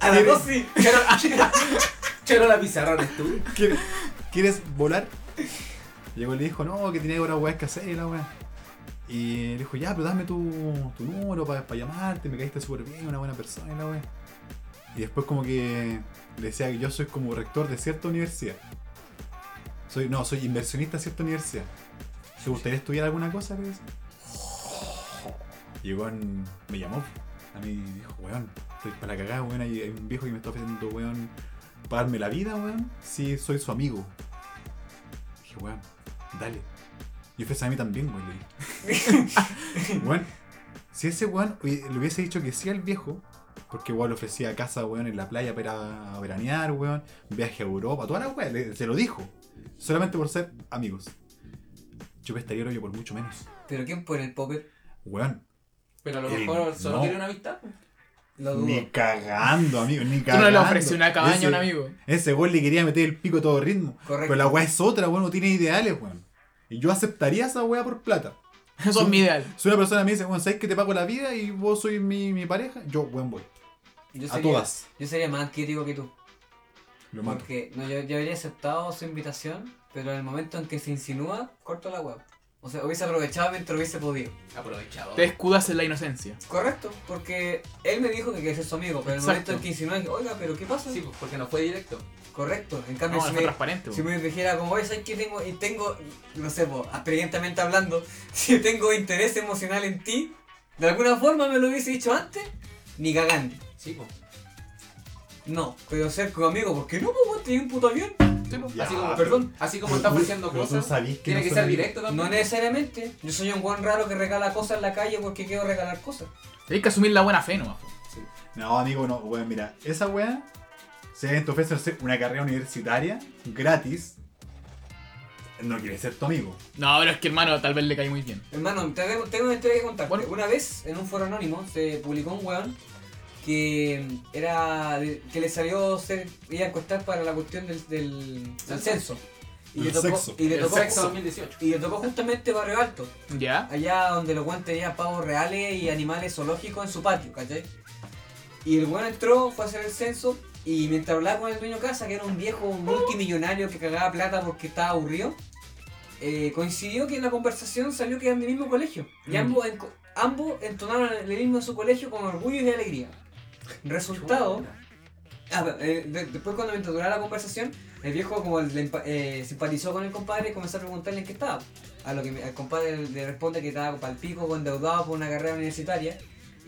D: A las dos sí. Chero,
A: ah,
D: Chero la pizarra eres tú.
A: ¿Quieres, quieres volar? Llegó y le dijo, no, que tenía ahora weas que hacer, la wea. Y le dijo, ya, pero dame tu, tu número para llamarte, me caíste súper bien, una buena persona, y la wea. Y después como que le decía que yo soy como rector de cierta universidad. Soy, no, soy inversionista de cierta universidad. ¿Te gustaría estudiar alguna cosa? Le decía. Llegó en, me llamó a mí y dijo, weón, estoy para la cagada, weón, hay, hay un viejo que me está ofreciendo, weón, pagarme la vida, weón, si soy su amigo. Dije, weón, dale. Y ofrece a mí también, weón, le dije. weón, si ese weón hubi- le hubiese dicho que sí al viejo, porque weón le ofrecía casa, weón, en la playa para ir a veranear, weón, viaje a Europa, toda la weón, le- se lo dijo. Solamente por ser amigos. Yo pestaría el hoyo por mucho menos.
C: Pero ¿quién pone el popper?
A: Weón,
D: Pero a lo
A: El-
D: mejor solo
A: Eh, no.
D: quiere una amistad. pues.
C: Lo dudo.
A: ni cagando, amigo, ni
B: Tú
A: cagando.
B: no le ofreces una cabaña
A: Ese-
B: a un amigo.
A: Ese gol le quería meter el pico a todo ritmo.
C: Correcto.
A: Pero la weá es otra, weón, no tiene ideales, weón. Y yo aceptaría esa weá por plata.
B: Eso es mi ideal.
A: Si una persona me dice, weón, ¿sabes que te pago la vida y vos sois mi, mi pareja? Yo, weón, voy.
C: yo
A: A
C: sería,
A: todas.
C: Yo sería más adquirido que tú.
A: Lo mato.
C: Porque no, yo, yo habría aceptado su invitación, pero en el momento en que se insinúa, corto la web. O sea, hubiese aprovechado mientras hubiese podido.
D: Aprovechado.
B: Te escudas en la inocencia.
C: Correcto, porque él me dijo que quería ser su amigo, pero en el
B: Exacto.
C: momento en que insinúa, dije, oiga, pero ¿qué pasa?
D: Sí, pues, porque no fue directo.
C: Correcto, en
B: No,
C: cambio, si,
B: fue
C: me,
B: transparente.
C: si
B: po.
C: me dijera, como, oye, ¿sabes qué tengo? Y tengo, no sé, po, experientemente hablando, si tengo interés emocional en ti, de alguna forma me lo hubiese dicho antes, ni cagando.
D: Sí, pues.
C: No, pero ser conmigo, porque no, pues, tenía un puto avión.
B: Sí. Sí, pues.
A: Ya,
D: así como,
A: pero-
D: perdón, así como está ofreciendo
A: pero tú
D: cosas,
A: sabís que
D: tiene
A: no
D: que
A: son
D: ser
A: el-
D: directo
C: No
D: también.
C: necesariamente. Yo soy un buen raro que regala cosas en la calle porque quiero regalar cosas.
B: Tenés que asumir la buena fe nomás. po.
A: No, amigo, no, weón, mira, esa weá se te ofrece no sé, una carrera universitaria gratis. No quiere ser tu amigo.
B: No, pero es que hermano, tal vez le cae muy bien.
C: Hermano, te tengo, tengo una historia que contarte.
B: Bueno.
C: Una vez en un foro anónimo se publicó un weón que era de- que le salió ser ir a encuestar para la cuestión del, del, del censo. Y le,
A: Del
C: tocó,
A: sexo.
C: y, le
B: El
C: tocó,
D: Sexo 2018.
C: y le tocó justamente Barrio Alto,
B: ¿Ya?
C: allá donde los weón tenían pavos reales y animales zoológicos en su patio, ¿cachai? Y el weón entró, fue a hacer el censo y mientras hablaba con el dueño de casa, que era un viejo multimillonario que cagaba plata porque estaba aburrido, eh, coincidió que en la conversación salió que eran del mismo colegio. Y
B: Mm.
C: ambos, enco- ambos entonaron el himno de su colegio con orgullo y alegría. Resultado, ah, bueno, eh, de- después cuando mientras duraba la conversación, el viejo como le empa- eh, simpatizó con el compadre y comenzó a preguntarle en qué estaba. A lo que el compadre le responde que estaba palpico, endeudado por una carrera universitaria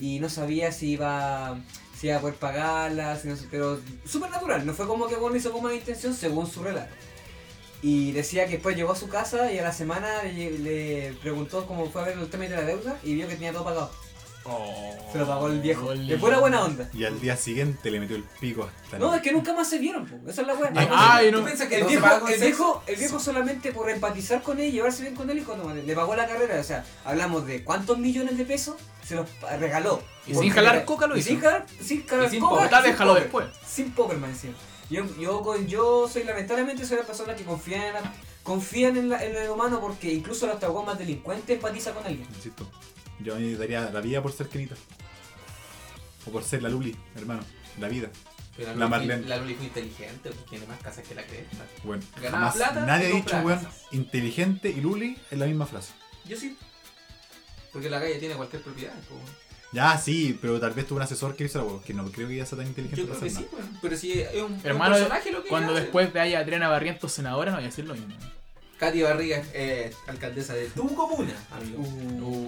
C: y no sabía si iba, si iba a poder pagarla, si no sé- pero súper natural, no fue como que bueno hizo con mala intención según su relato. Y decía que después llegó a su casa y a la semana le, le preguntó cómo fue a ver el tema de la deuda y vio que tenía todo pagado. Se lo pagó el viejo.
B: Oh, el-
C: De buena buena onda.
A: Y al día siguiente le metió el pico hasta
C: No,
A: el-
C: es que nunca más se vieron, po. esa es la wea.
B: Ah, y no.
D: ¿Tú piensas que
C: El
D: no se
C: viejo,
D: paga con
C: el,
D: sexo?
C: viejo, el viejo solamente por empatizar con él y llevarse bien con él y cuando le pagó la carrera, o sea, hablamos de cuántos millones de pesos se los pa- regaló.
B: Y
C: Porque
B: sin jalar
C: era-
B: coca lo
C: y
B: hizo.
C: Sin jalar, sin jalar
D: Y sin
C: coca.
D: pobre,
B: tal
C: sin
B: vez jaló
C: pobre.
B: después.
C: Sin Pokerman encima. Yo, yo, con- yo soy, lamentablemente, soy la persona que confía en, la- confían en, la- en el humano porque incluso los tragos más delincuentes empatiza con alguien.
A: Insisto, yo me daría la vida por ser Kenita. O por ser la Luli, hermano. La vida.
D: Pero
A: La
D: la Luli,
A: Marlene.
D: la Luli fue inteligente, pues tiene más casas que la cresta.
A: Bueno,
D: Ganaba
A: jamás
D: plata
A: nadie
D: y
A: ha dicho,
D: compraba
A: weón,
D: casas.
A: inteligente y Luli en la misma frase.
D: Yo sí. Porque la calle tiene cualquier propiedad, pues, weón.
A: Ya, sí, pero tal vez tuvo un asesor que hizo la weón, que no creo que ella sea tan inteligente
D: Yo
A: para
D: creo que
A: hacer
D: sí,
A: nada.
D: weón. Pero si es un,
B: Hermano,
D: un personaje lo que
B: Cuando
D: hace.
B: después de haya a Adriana Barrientos senadora, no voy a decir lo mismo.
D: Katy Barriga es eh, alcaldesa de tu comuna, amigo.
B: Uh.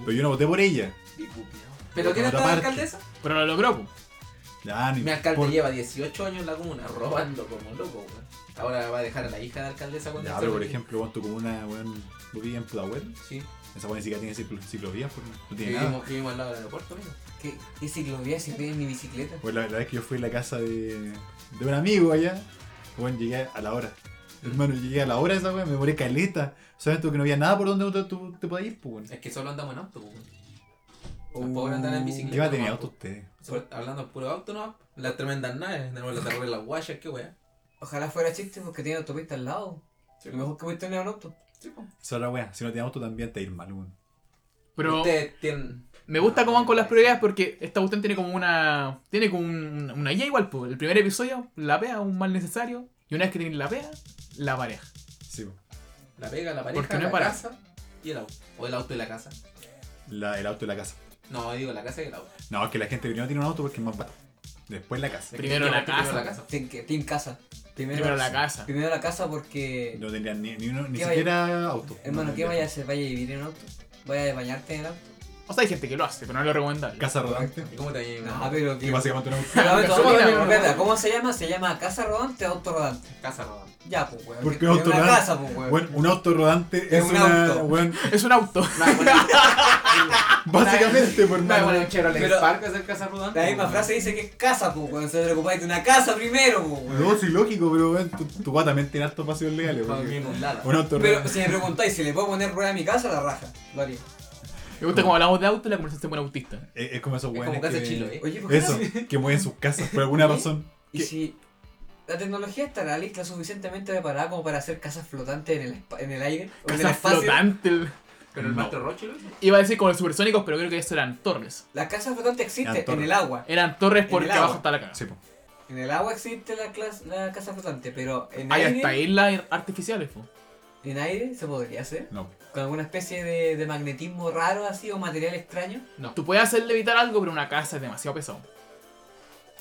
A: Pero yo no voté por ella.
D: ¿Pero quién
A: Otra
D: está la
A: parte.
D: alcaldesa?
B: Pero lo logró, po.
A: Ya, ni
D: Mi alcalde
A: por-
D: lleva 18 años en la comuna, robando como loco, weón. Ahora va a dejar a la hija de alcaldesa cuando
A: Ya,
D: se
A: pero por
D: retire.
A: ejemplo, cuando tu comuna, weón, vivía en Pudahuel,
D: Sí,
A: esa weón ni siquiera tiene ciclo- ciclovías, pues, no tiene nada.
D: vivimos, vivimos al lado del aeropuerto, amigo.
C: ¿Qué, qué ciclovía si piden mi bicicleta?
A: Pues la, la vez que yo fui a la casa de, de un amigo allá, weón, llegué a la hora. Hermano, llegué a la hora de esa weón, me moré caleta. Sabes tú que no había nada por donde tú, tú- te podías ir, pues, weón.
D: Es que solo andamos en auto, weón. Tampoco andar
B: Uh.
D: en bicicleta.
A: ¿Qué va a tener
D: nomás,
A: auto
D: po.
A: ustedes?
D: Sobre- Hablando de puro auto, ¿no? Las tremendas naves, tenemos la terror de las guayas, qué weá.
C: Ojalá fuera chiste porque tiene autopista al lado.
D: Sí,
C: Lo mejor que voy a tener un auto.
D: sí, po.
A: Esa es la weá, si no tienes auto también te va a ir mal, weón.
B: Pero
D: Ustedes tienen...
B: me gusta cómo van con las prioridades porque esta cuestión tiene como una. Tiene como un- una guía igual, po. El primer episodio, la pea, un mal necesario. Y una vez que tienen la pea, la pareja.
A: Sí, weón.
D: La pega, la pareja,
B: Porque no es
D: la
B: para-
D: casa y el auto. O el auto y la casa.
A: La- el auto y la casa.
D: No, digo la casa y el auto. Es
A: No, es que la gente primero tiene un auto porque es más barato. Después la casa.
D: que
B: Primero
D: tiene
B: la
D: auto,
B: casa.
D: Primero la casa.
C: Ten- que- Team casa.
B: Primero la casa.
C: Primero la casa porque.
A: No tendrían ni, ni, uno- ni
C: ¿Qué vaya-
A: siquiera auto.
C: Hermano,
A: No
C: ¿qué
A: tendrían.
C: vaya a hacer? ¿Vaya a vivir en auto? ¿Vaya a bañarte en auto?
B: O sea, hay gente que lo hace, pero no es lo recomendable.
A: Casa rodante.
D: ¿Y cómo te viene una
C: No, Ah, pero
A: Que básicamente un auto.
C: Pero, pero,
B: Somos
C: pero,
B: la
C: pero,
B: misma
C: pero, ¿Cómo se llama? Se llama casa rodante o auto rodante.
D: casa rodante?
C: Ya, pues, weón.
A: ¿Por qué
C: Es
A: auto
C: una
A: rodante?
C: casa, pues, weón.
A: Bueno, un auto rodante es,
C: Es un
A: una.
C: auto.
A: weón,
B: Es un auto.
D: Nada,
A: básicamente, por hermano.
D: un chero
C: Pero-
D: Alex Park hacer casa rodante.
C: La misma frase dice que es casa, pues, weón. Se preocupáis de una casa primero, pues, weón.
A: No, sí, lógico, pero weón, tu, tu guata también tiene altos pasos legales.
D: Para
A: porque-
D: dormir en un lado.
A: Un auto
C: Pero
A: rodante.
C: si me preguntáis si le puedo poner rueda a mi casa, la raja. Lo haría.
B: Me gusta cómo hablamos de auto y la conversación con un autista.
A: Es, es como esos
D: Es
A: weones.
D: como casa
A: que,
D: chilo, eh.
C: Oye, ¿por qué
A: Eso,
C: no-
A: que mueven sus casas por alguna
C: ¿Sí?
A: razón.
C: ¿Y
B: ¿Qué?
C: si la tecnología estará lista suficientemente preparada como para hacer casas flotantes en el, espa- en el aire? ¿O en el
B: Casa
C: espacio?
B: flotante.
D: Pero el
A: No.
D: Master Roche lo hizo.
B: Iba a decir como los supersónicos, pero creo que eso eran torres.
C: Las casas flotantes existen
A: Antorra.
C: en el agua.
B: Eran torres
C: el
B: porque
C: agua.
B: abajo está la caga.
A: Sí, po.
C: En el agua existe la, clas- la casa flotante, pero en
A: Ah,
B: Hay
C: aire,
B: hasta islas artificiales, po.
C: en aire se podría hacer.
A: No.
C: Con alguna especie de, de magnetismo raro así o material extraño.
B: No. Tú puedes hacer levitar algo, pero una casa es demasiado pesado.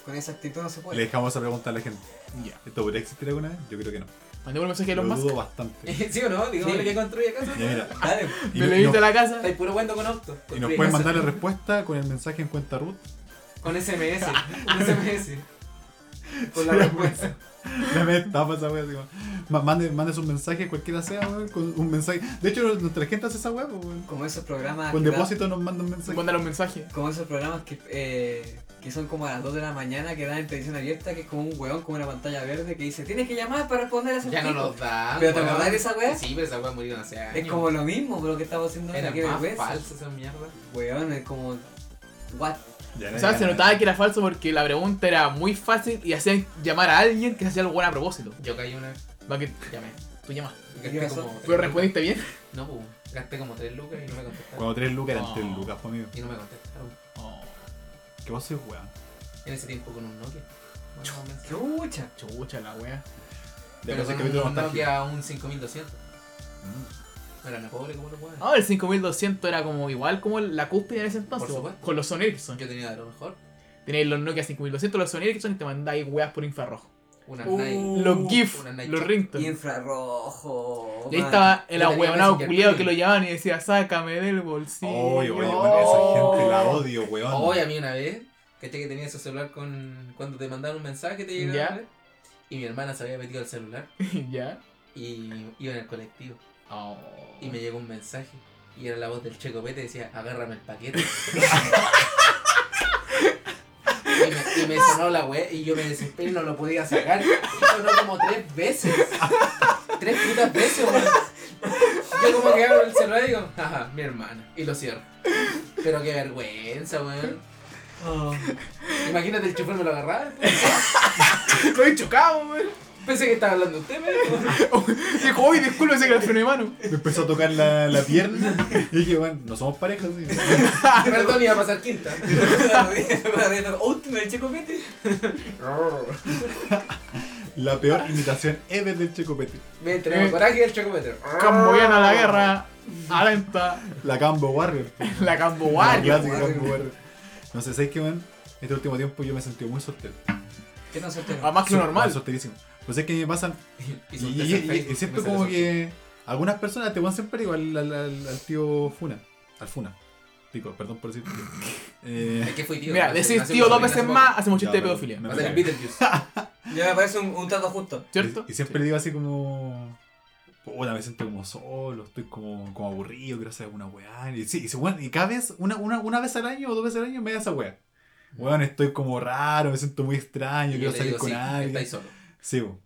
C: Con esa actitud no se puede.
A: Le dejamos esa pregunta a la gente.
B: Ya.
A: ¿Esto podría existir alguna vez? Yo creo que no.
B: Mandé un mensaje a
A: Lo
B: Elon Musk.
A: dudo bastante.
D: ¿Sí o no? Digo,
C: Sí.
D: el que construye casa.
A: Ya, mira.
C: Dale,
A: Y
B: Me
A: no-
B: levita
A: no-
B: la casa.
D: Estáis puro cuento con
A: Y
D: auto.
A: nos
D: Construye
A: pueden
D: casa.
A: mandar la respuesta con el mensaje en cuenta root.
D: Con SMS. Con SMS.
C: con la vergüenza.
A: La me estafa esa wea. Así como, ma- mande, mande sus mensajes, cualquiera sea, weón. Con un mensaje. De hecho, nuestra gente hace esa wea, pues, weón.
C: Como esos
D: Ah,
C: programas.
A: Con
C: que da-
A: depósito nos mandan
B: Se
A: mensajes.
B: mandan los mensajes.
C: Como esos programas que, eh, que son como a las 2 de la mañana que dan en televisión abierta, que es como un hueón con una pantalla verde que dice: Tienes que llamar para responder a ese
D: Ya no
C: tipo".
D: nos dan.
C: ¿Pero te
D: weón.
C: acordás de esa weá?
D: Sí, pero esa weá murieron hace años.
C: Es como lo mismo, pero que estamos haciendo ahora,
D: Era
C: qué
D: más
C: vergüenza.
D: falsa esa mierda.
C: Weón, es como. What?
A: Ya,
B: O
A: ya,
B: sea,
A: ya,
B: se
A: ya.
B: notaba que era falso porque la pregunta era muy fácil y hacían llamar a alguien que se hacía algo bueno a propósito.
D: Yo caí una vez.
B: Va que llamé. Tú llamas.
C: qué
D: Gasté
C: pasó?
D: como.
B: Pero
D: tres
B: respondiste bien.
D: lucas. No, pues. Gasté como 3 lucas y no me contestaron.
A: Cuando tres lucas eran
B: No.
A: tres lucas, pues, amigo.
D: Y no me contestaron.
B: Oh,
A: ¿Qué vos sois, weón?
D: En ese tiempo con un Nokia. Bueno, no me-
C: Chucha.
B: chucha la wea.
A: Ya
D: Pero
A: parece
D: con
A: que capítulo
D: un
A: nostálgico.
D: Nokia un 5200.
A: Mm.
D: No era pobre como los weones.
B: Ah, el 5200 era como igual como la cúspide en ese entonces.
D: Por supuesto.
B: Con los Sony Ericsson.
D: Yo tenía de lo mejor.
B: Tenéis los Nokia 5200, los Sony Ericsson y te mandáis weas por infrarrojo.
D: Una
A: Uh,
D: Nike.
B: Los GIF,
D: una Nike.
B: los ringtones. Y,
C: Infrarrojo.
B: ahí
C: man.
B: estaba el
D: Yo tenía
B: ahueonado
D: Messenger
B: culiado que
D: Premium.
B: lo llamaban y decía, sácame del bolsillo.
A: Oye, oye,
B: Oh.
A: esa gente la odio, weón.
D: Hoy a mí una vez, caché que tenía ese celular con. Cuando te mandaban un mensaje te llegaba.
B: Ya.
D: a ver, Y mi hermana se había metido al celular
B: ¿Ya?
D: y iba en el colectivo.
B: Oh.
D: Y me llegó un mensaje. Y era la voz del Checo Pete decía, agárrame el paquete. y, me, y me sonó la web y yo me desesperé y no lo podía sacar. Y sonó como tres veces. tres putas veces, weón. Yo como que abro el celular y digo, ajá, mi hermana. Y lo cierro. Pero qué vergüenza, weón.
C: Oh.
D: Imagínate el chofer me lo agarraba.
B: Lo he chocado, weón.
D: Pensé que estaba hablando usted, weón.
B: Dijo, uy, disculpe, se que el freno de mano.
A: Me empezó a tocar la, la pierna y dije, bueno, no somos parejas. sí.
D: Perdón, iba a pasar quinta.
C: Oh, me eché copete.
A: La peor imitación ever del Checopete.
D: Me tenemos coraje el Checo Pete.
A: Ah.
B: Camboyana a la guerra, a la venta,
A: La Cambo Warrior.
B: la
A: La
B: Cambowario.
A: clásica
C: Warrior.
A: Cambo Warrior. No sé, ¿sabes qué, man? Este último tiempo yo me he sentido muy soltero.
C: ¿Qué tan soltero?
B: A más que lo Ah, normal.
A: Solterísimo. Pues es que me pasan. Y,
D: Y,
A: y- y- y siempre como que. Algunas personas te van siempre igual al, al- al tío Funa. Al Funa. Pico, perdón por decir. tío. Eh,
D: ¿Qué fue, tío?
B: Mira,
D: Hace-
B: decís
D: hace
B: tío dos
D: mucho que no
B: veces
D: hace
B: más, hacemos chiste de
A: Ya, pero-
B: pedofilia.
A: no.
D: poco. Va a ser el Beetlejuice.
C: Ya me parece un, un trato justo.
B: ¿Cierto?
A: Y, y siempre digo así como. Puta, me siento como solo, estoy como, como aburrido, quiero hacer alguna weá. Y sí, y, sí, weón, y cada vez, una, una, una vez al año o dos veces al año me da esa weá. Weón, estoy como raro, me siento muy extraño,
D: Mm. Y
A: quiero
D: le
A: salir
D: digo,
A: con
D: sí,
A: alguien.
D: Estáis solo.
A: Sí, weón.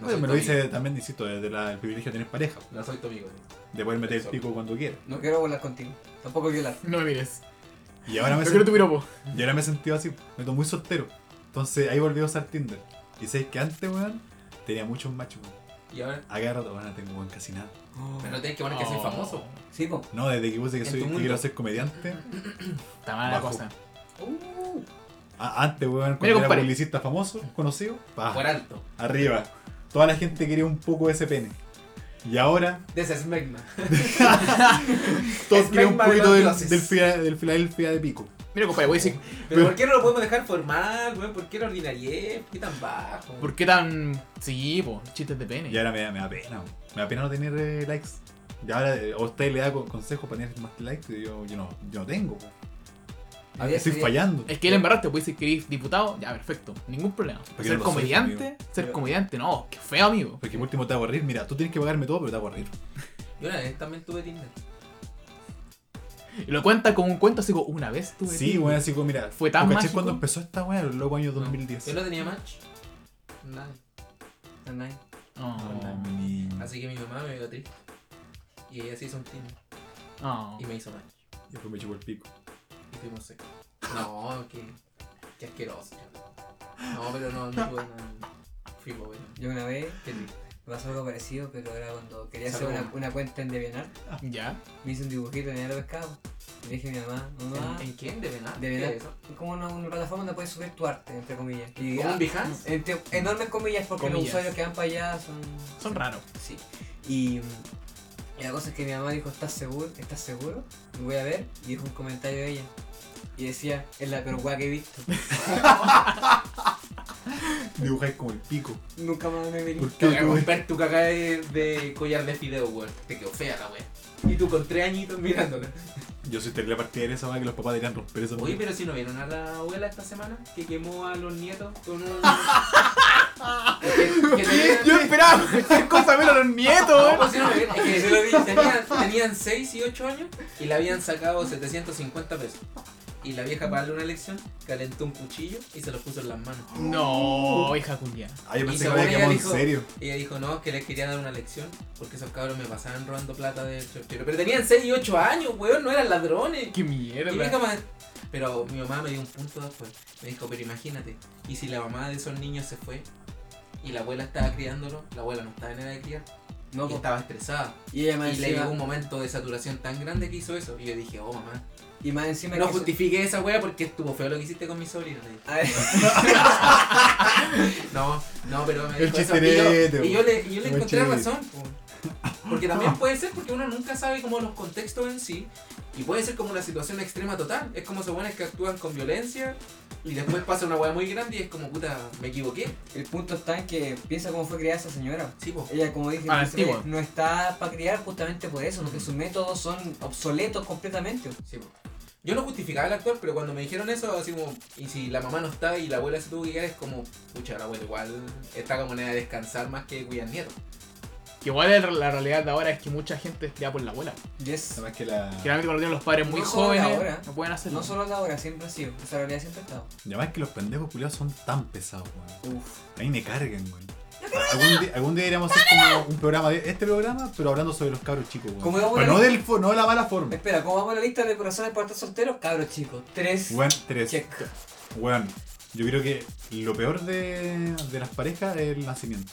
D: No
A: Oye,
D: soy
A: me
D: tu
A: lo dice
D: amigo.
A: también, insisto, desde la- el privilegio de tener pareja.
D: No soy tu amigo.
A: De poder meter el pico cuando quiera.
C: No quiero volar contigo. Tampoco violar.
B: No me mires.
A: Y ahora
B: Yo
A: me,
B: quiero
A: sent-
B: tu piropo.
A: y ahora me he sentido así, me siento muy soltero. Entonces ahí volví a usar Tinder. Y sabes que antes, weón, tenía muchos machos, weón.
D: Y ahora,
A: A cada rato, weón, no tengo weón casi nada.
D: pero no tenés que poner que soy
B: Oh.
D: famoso.
C: Sí, po.
A: No, desde que puse que
D: En
A: soy
D: tu
A: que
D: mundo.
A: quiero ser comediante.
B: Está mala la
A: Bajo.
B: cosa.
A: Oh.
C: Uh,
A: A- Ah, antes, weón, cuando era
B: compadre.
A: publicista famoso, conocido, pa,
D: Por alto.
A: arriba. Toda la gente quería un poco de ese pene. Y ahora,
D: De ese smegma.
A: todos
D: Es
A: quieren un
D: magma de
A: poquito
D: los
A: del,
D: dioses.
A: del Fila- del Filadelfia de pico.
B: Mira, compadre, voy a decir,
D: Pero ¿por qué no lo podemos dejar formal, weón? ¿Por qué la ordinariedad? ¿Por qué tan bajo?
B: ¿por qué tan. Sí, po, chistes de pene.
A: Y ahora me da, me da pena, weón. me da pena no tener eh, likes. Y ahora eh, a usted le da con- consejos para tener más likes y yo, yo, no, yo no tengo. weón. Ah,
C: Debería-
A: Estoy
C: debería-
A: fallando.
B: Es que él embarraste, puede decir que eres diputado, ya perfecto, ningún problema.
A: Porque
B: ser
A: no lo soy,
B: comediante, ser
C: Pero-
B: comediante, no, qué feo, amigo.
A: Porque por último te hago reír. Mira, tú tienes que pagarme todo, pero te hago reír.
D: Yo una vez también tuve Tinder.
B: Y lo cuenta como un cuento, así como una vez tuve.
A: Sí,
B: Tinder.
A: weón, así como, mira.
B: Fue tan
A: ¿tú
B: mágico?
A: cuando empezó esta weá? Los locos años
D: No.
A: 2010.
D: Yo no tenía match. Nada.
C: está nice.
A: Hola,
B: Oh,
A: mi niño.
D: Así que mi mamá me vio triste. Y ella se hizo un Tinder.
B: oh.
D: Y me hizo match.
A: Y después me chupó el pico.
D: Y fuimos secos. No, que. Qué asqueroso. No, pero no, no tuve nada. Fui pobre.
C: Yo una vez
D: Qué triste.
C: me pasó algo parecido, pero era cuando quería hacer
D: Salud.
C: una, una cuenta en Devianar.
B: Ya.
C: Me hice un dibujito en el pescado. Le dije a mi mamá, mamá,
D: ¿En, en quién? ¿De Venar?
C: De
D: ¿Qué
C: Venar.
D: es eso?
C: es como una, una plataforma donde puedes subir tu arte, entre comillas. Y,
D: ¿Como
C: ah,
D: un Behance?
C: entre- enormes comillas porque los
B: Comillas.
C: usuarios que van para allá son...
B: Son raros.
C: Sí. Y, mm, y la cosa es que mi mamá dijo, ¿estás seguro? ¿Estás seguro? Y voy a ver. Y dijo un comentario de ella. Y decía, es la peor guay que he visto.
A: Dibujáis como el pico.
C: Nunca más me miré.
A: ¿Por
D: Te
A: qué?
D: voy a
A: weón?
D: comprar tu caca de, de collar de fideo, weón. Te quedó fea la wea. Y tú con tres añitos mirándola.
A: Yo soy terrible partidaria de esa weá que los papás deberían romper esa
D: Oye,
A: weá.
D: pero si no vieron a la abuela esta semana que quemó a los nietos con un. que, que tenían-
B: Yo esperaba cualquier cosa menos los nietos,
D: No, si no lo vieron, es que tenían, tenían 6 y 8 años y le habían sacado 750 pesos. Y la vieja para darle una lección calentó un cuchillo y se lo puso en las manos.
B: No, hija culia.
A: Ah, yo
D: Y
A: pensé que
D: según
A: había
D: ella
A: quemado en
D: dijo-
A: serio.
D: Y ella dijo, no, es que les quería dar una lección porque esos cabros me pasaban robando plata de chorchero. Pero tenían 6 y 8 años, weón, no eran ladrones.
B: Qué
D: Y mi
B: mierda.
D: cama- Pero mi mamá me dio un punto después. Me dijo, pero imagínate, ¿y si la mamá de esos niños se fue? Y la abuela estaba criándolo, la abuela no estaba en edad de criar,
C: No,
D: y
C: po.
D: estaba estresada.
C: y ella más
D: pues, Y le llegó
C: encima,
D: un momento de saturación tan grande que hizo eso. Y yo dije, oh mamá,
C: y más encima
D: no
C: que eso-
D: justifique esa wea porque estuvo feo lo que hiciste con mi sobrino. Le dije.
C: A ver,
D: No, no, pero me
A: El
D: dijo eso. Y yo,
A: chisterete,
D: y yo le, y yo le
A: el
D: encontré
A: chisterete.
D: razón. po. Porque también puede ser porque uno nunca sabe como los contextos en sí. Y puede ser como una situación extrema total. Es como esos buenos que actúan con violencia y después pasa una hueá muy grande y es como, puta, me equivoqué.
C: el punto está en que piensa cómo fue criada esa señora.
D: Sí, po.
C: Ella, como dije,
B: Ah,
C: no,
B: antigua.
C: no está para criar justamente por eso, porque
D: Ujú.
C: sus métodos son obsoletos completamente.
D: Sí, po. Yo no justificaba el actor, pero cuando me dijeron eso, así como, y si la mamá no está y la abuela se tuvo que quedar, es como, pucha, la abuela igual está como en edad de descansar más que cuidar nietos.
B: Que igual el- la realidad de ahora es que mucha gente es criada por la abuela.
C: Yes.
A: Además que la.
B: Generalmente cuando tienen los padres muy
C: No solo de
B: jóvenes,
C: ahora.
B: no pueden hacerlo.
C: No solo la hora, siempre ha sido. Esa realidad siempre ha estado.
A: Además que los pendejos culiados son tan pesados, weón.
C: Uf.
A: A mí me cargan, weón. Algún día, algún día deberíamos hacer como un programa de este programa, pero hablando sobre los cabros chicos,
C: Como
A: weón.
C: digamos
A: Pero no,
C: la-
A: del, fo- no de la mala forma.
C: Espera, ¿cómo vamos a la lista de corazones para estar solteros? Cabros chicos. Tres.
A: Weón, tres.
C: Check.
A: Weón, yo creo que lo peor de, de las parejas es el nacimiento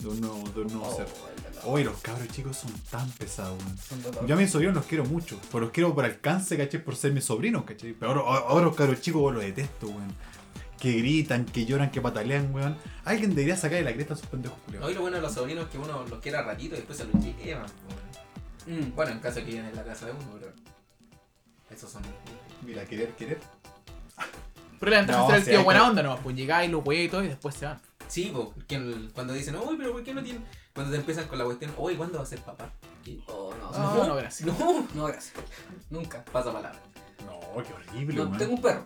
A: de un nuevo, de un nuevo
C: Oh,
A: ser.
C: el dolor.
A: Hoy los cabros chicos son tan pesados, weón.
C: Un dolor.
A: Yo a mis sobrinos los quiero mucho, pero los quiero por alcance, caché, por ser mis sobrinos, caché. Pero ahora, ahora los cabros chicos weón, los detesto, weón. Que gritan, que lloran, que patalean, weón. Alguien debería sacar de la cresta a sus pendejos culiados.
D: Hoy lo bueno de los sobrinos es que uno los quiere a ratito y después se los llevan. po.
C: Mm.
D: Bueno, en caso de que vivan en la casa de uno, pero... Esos son...
A: Mira, querer, querer.
B: Pero la ventaja
A: No,
B: es ser el
A: sí,
B: tío
A: hay
B: buena
A: que-
B: onda nomás, pues llegáis, los hueá y todo y después se van.
D: Sí, po, que el- cuando dicen, uy, pero ¿por qué no tienen? Cuando te empiezan con la cuestión, uy, ¿cuándo va a ser papá? Y,
C: Oh, no,
B: Ah,
C: no,
B: no, gracias.
D: no,
C: no, gracias. Nunca.
D: pasa palabra.
A: No, qué horrible,
C: No,
A: weón.
C: tengo un perro.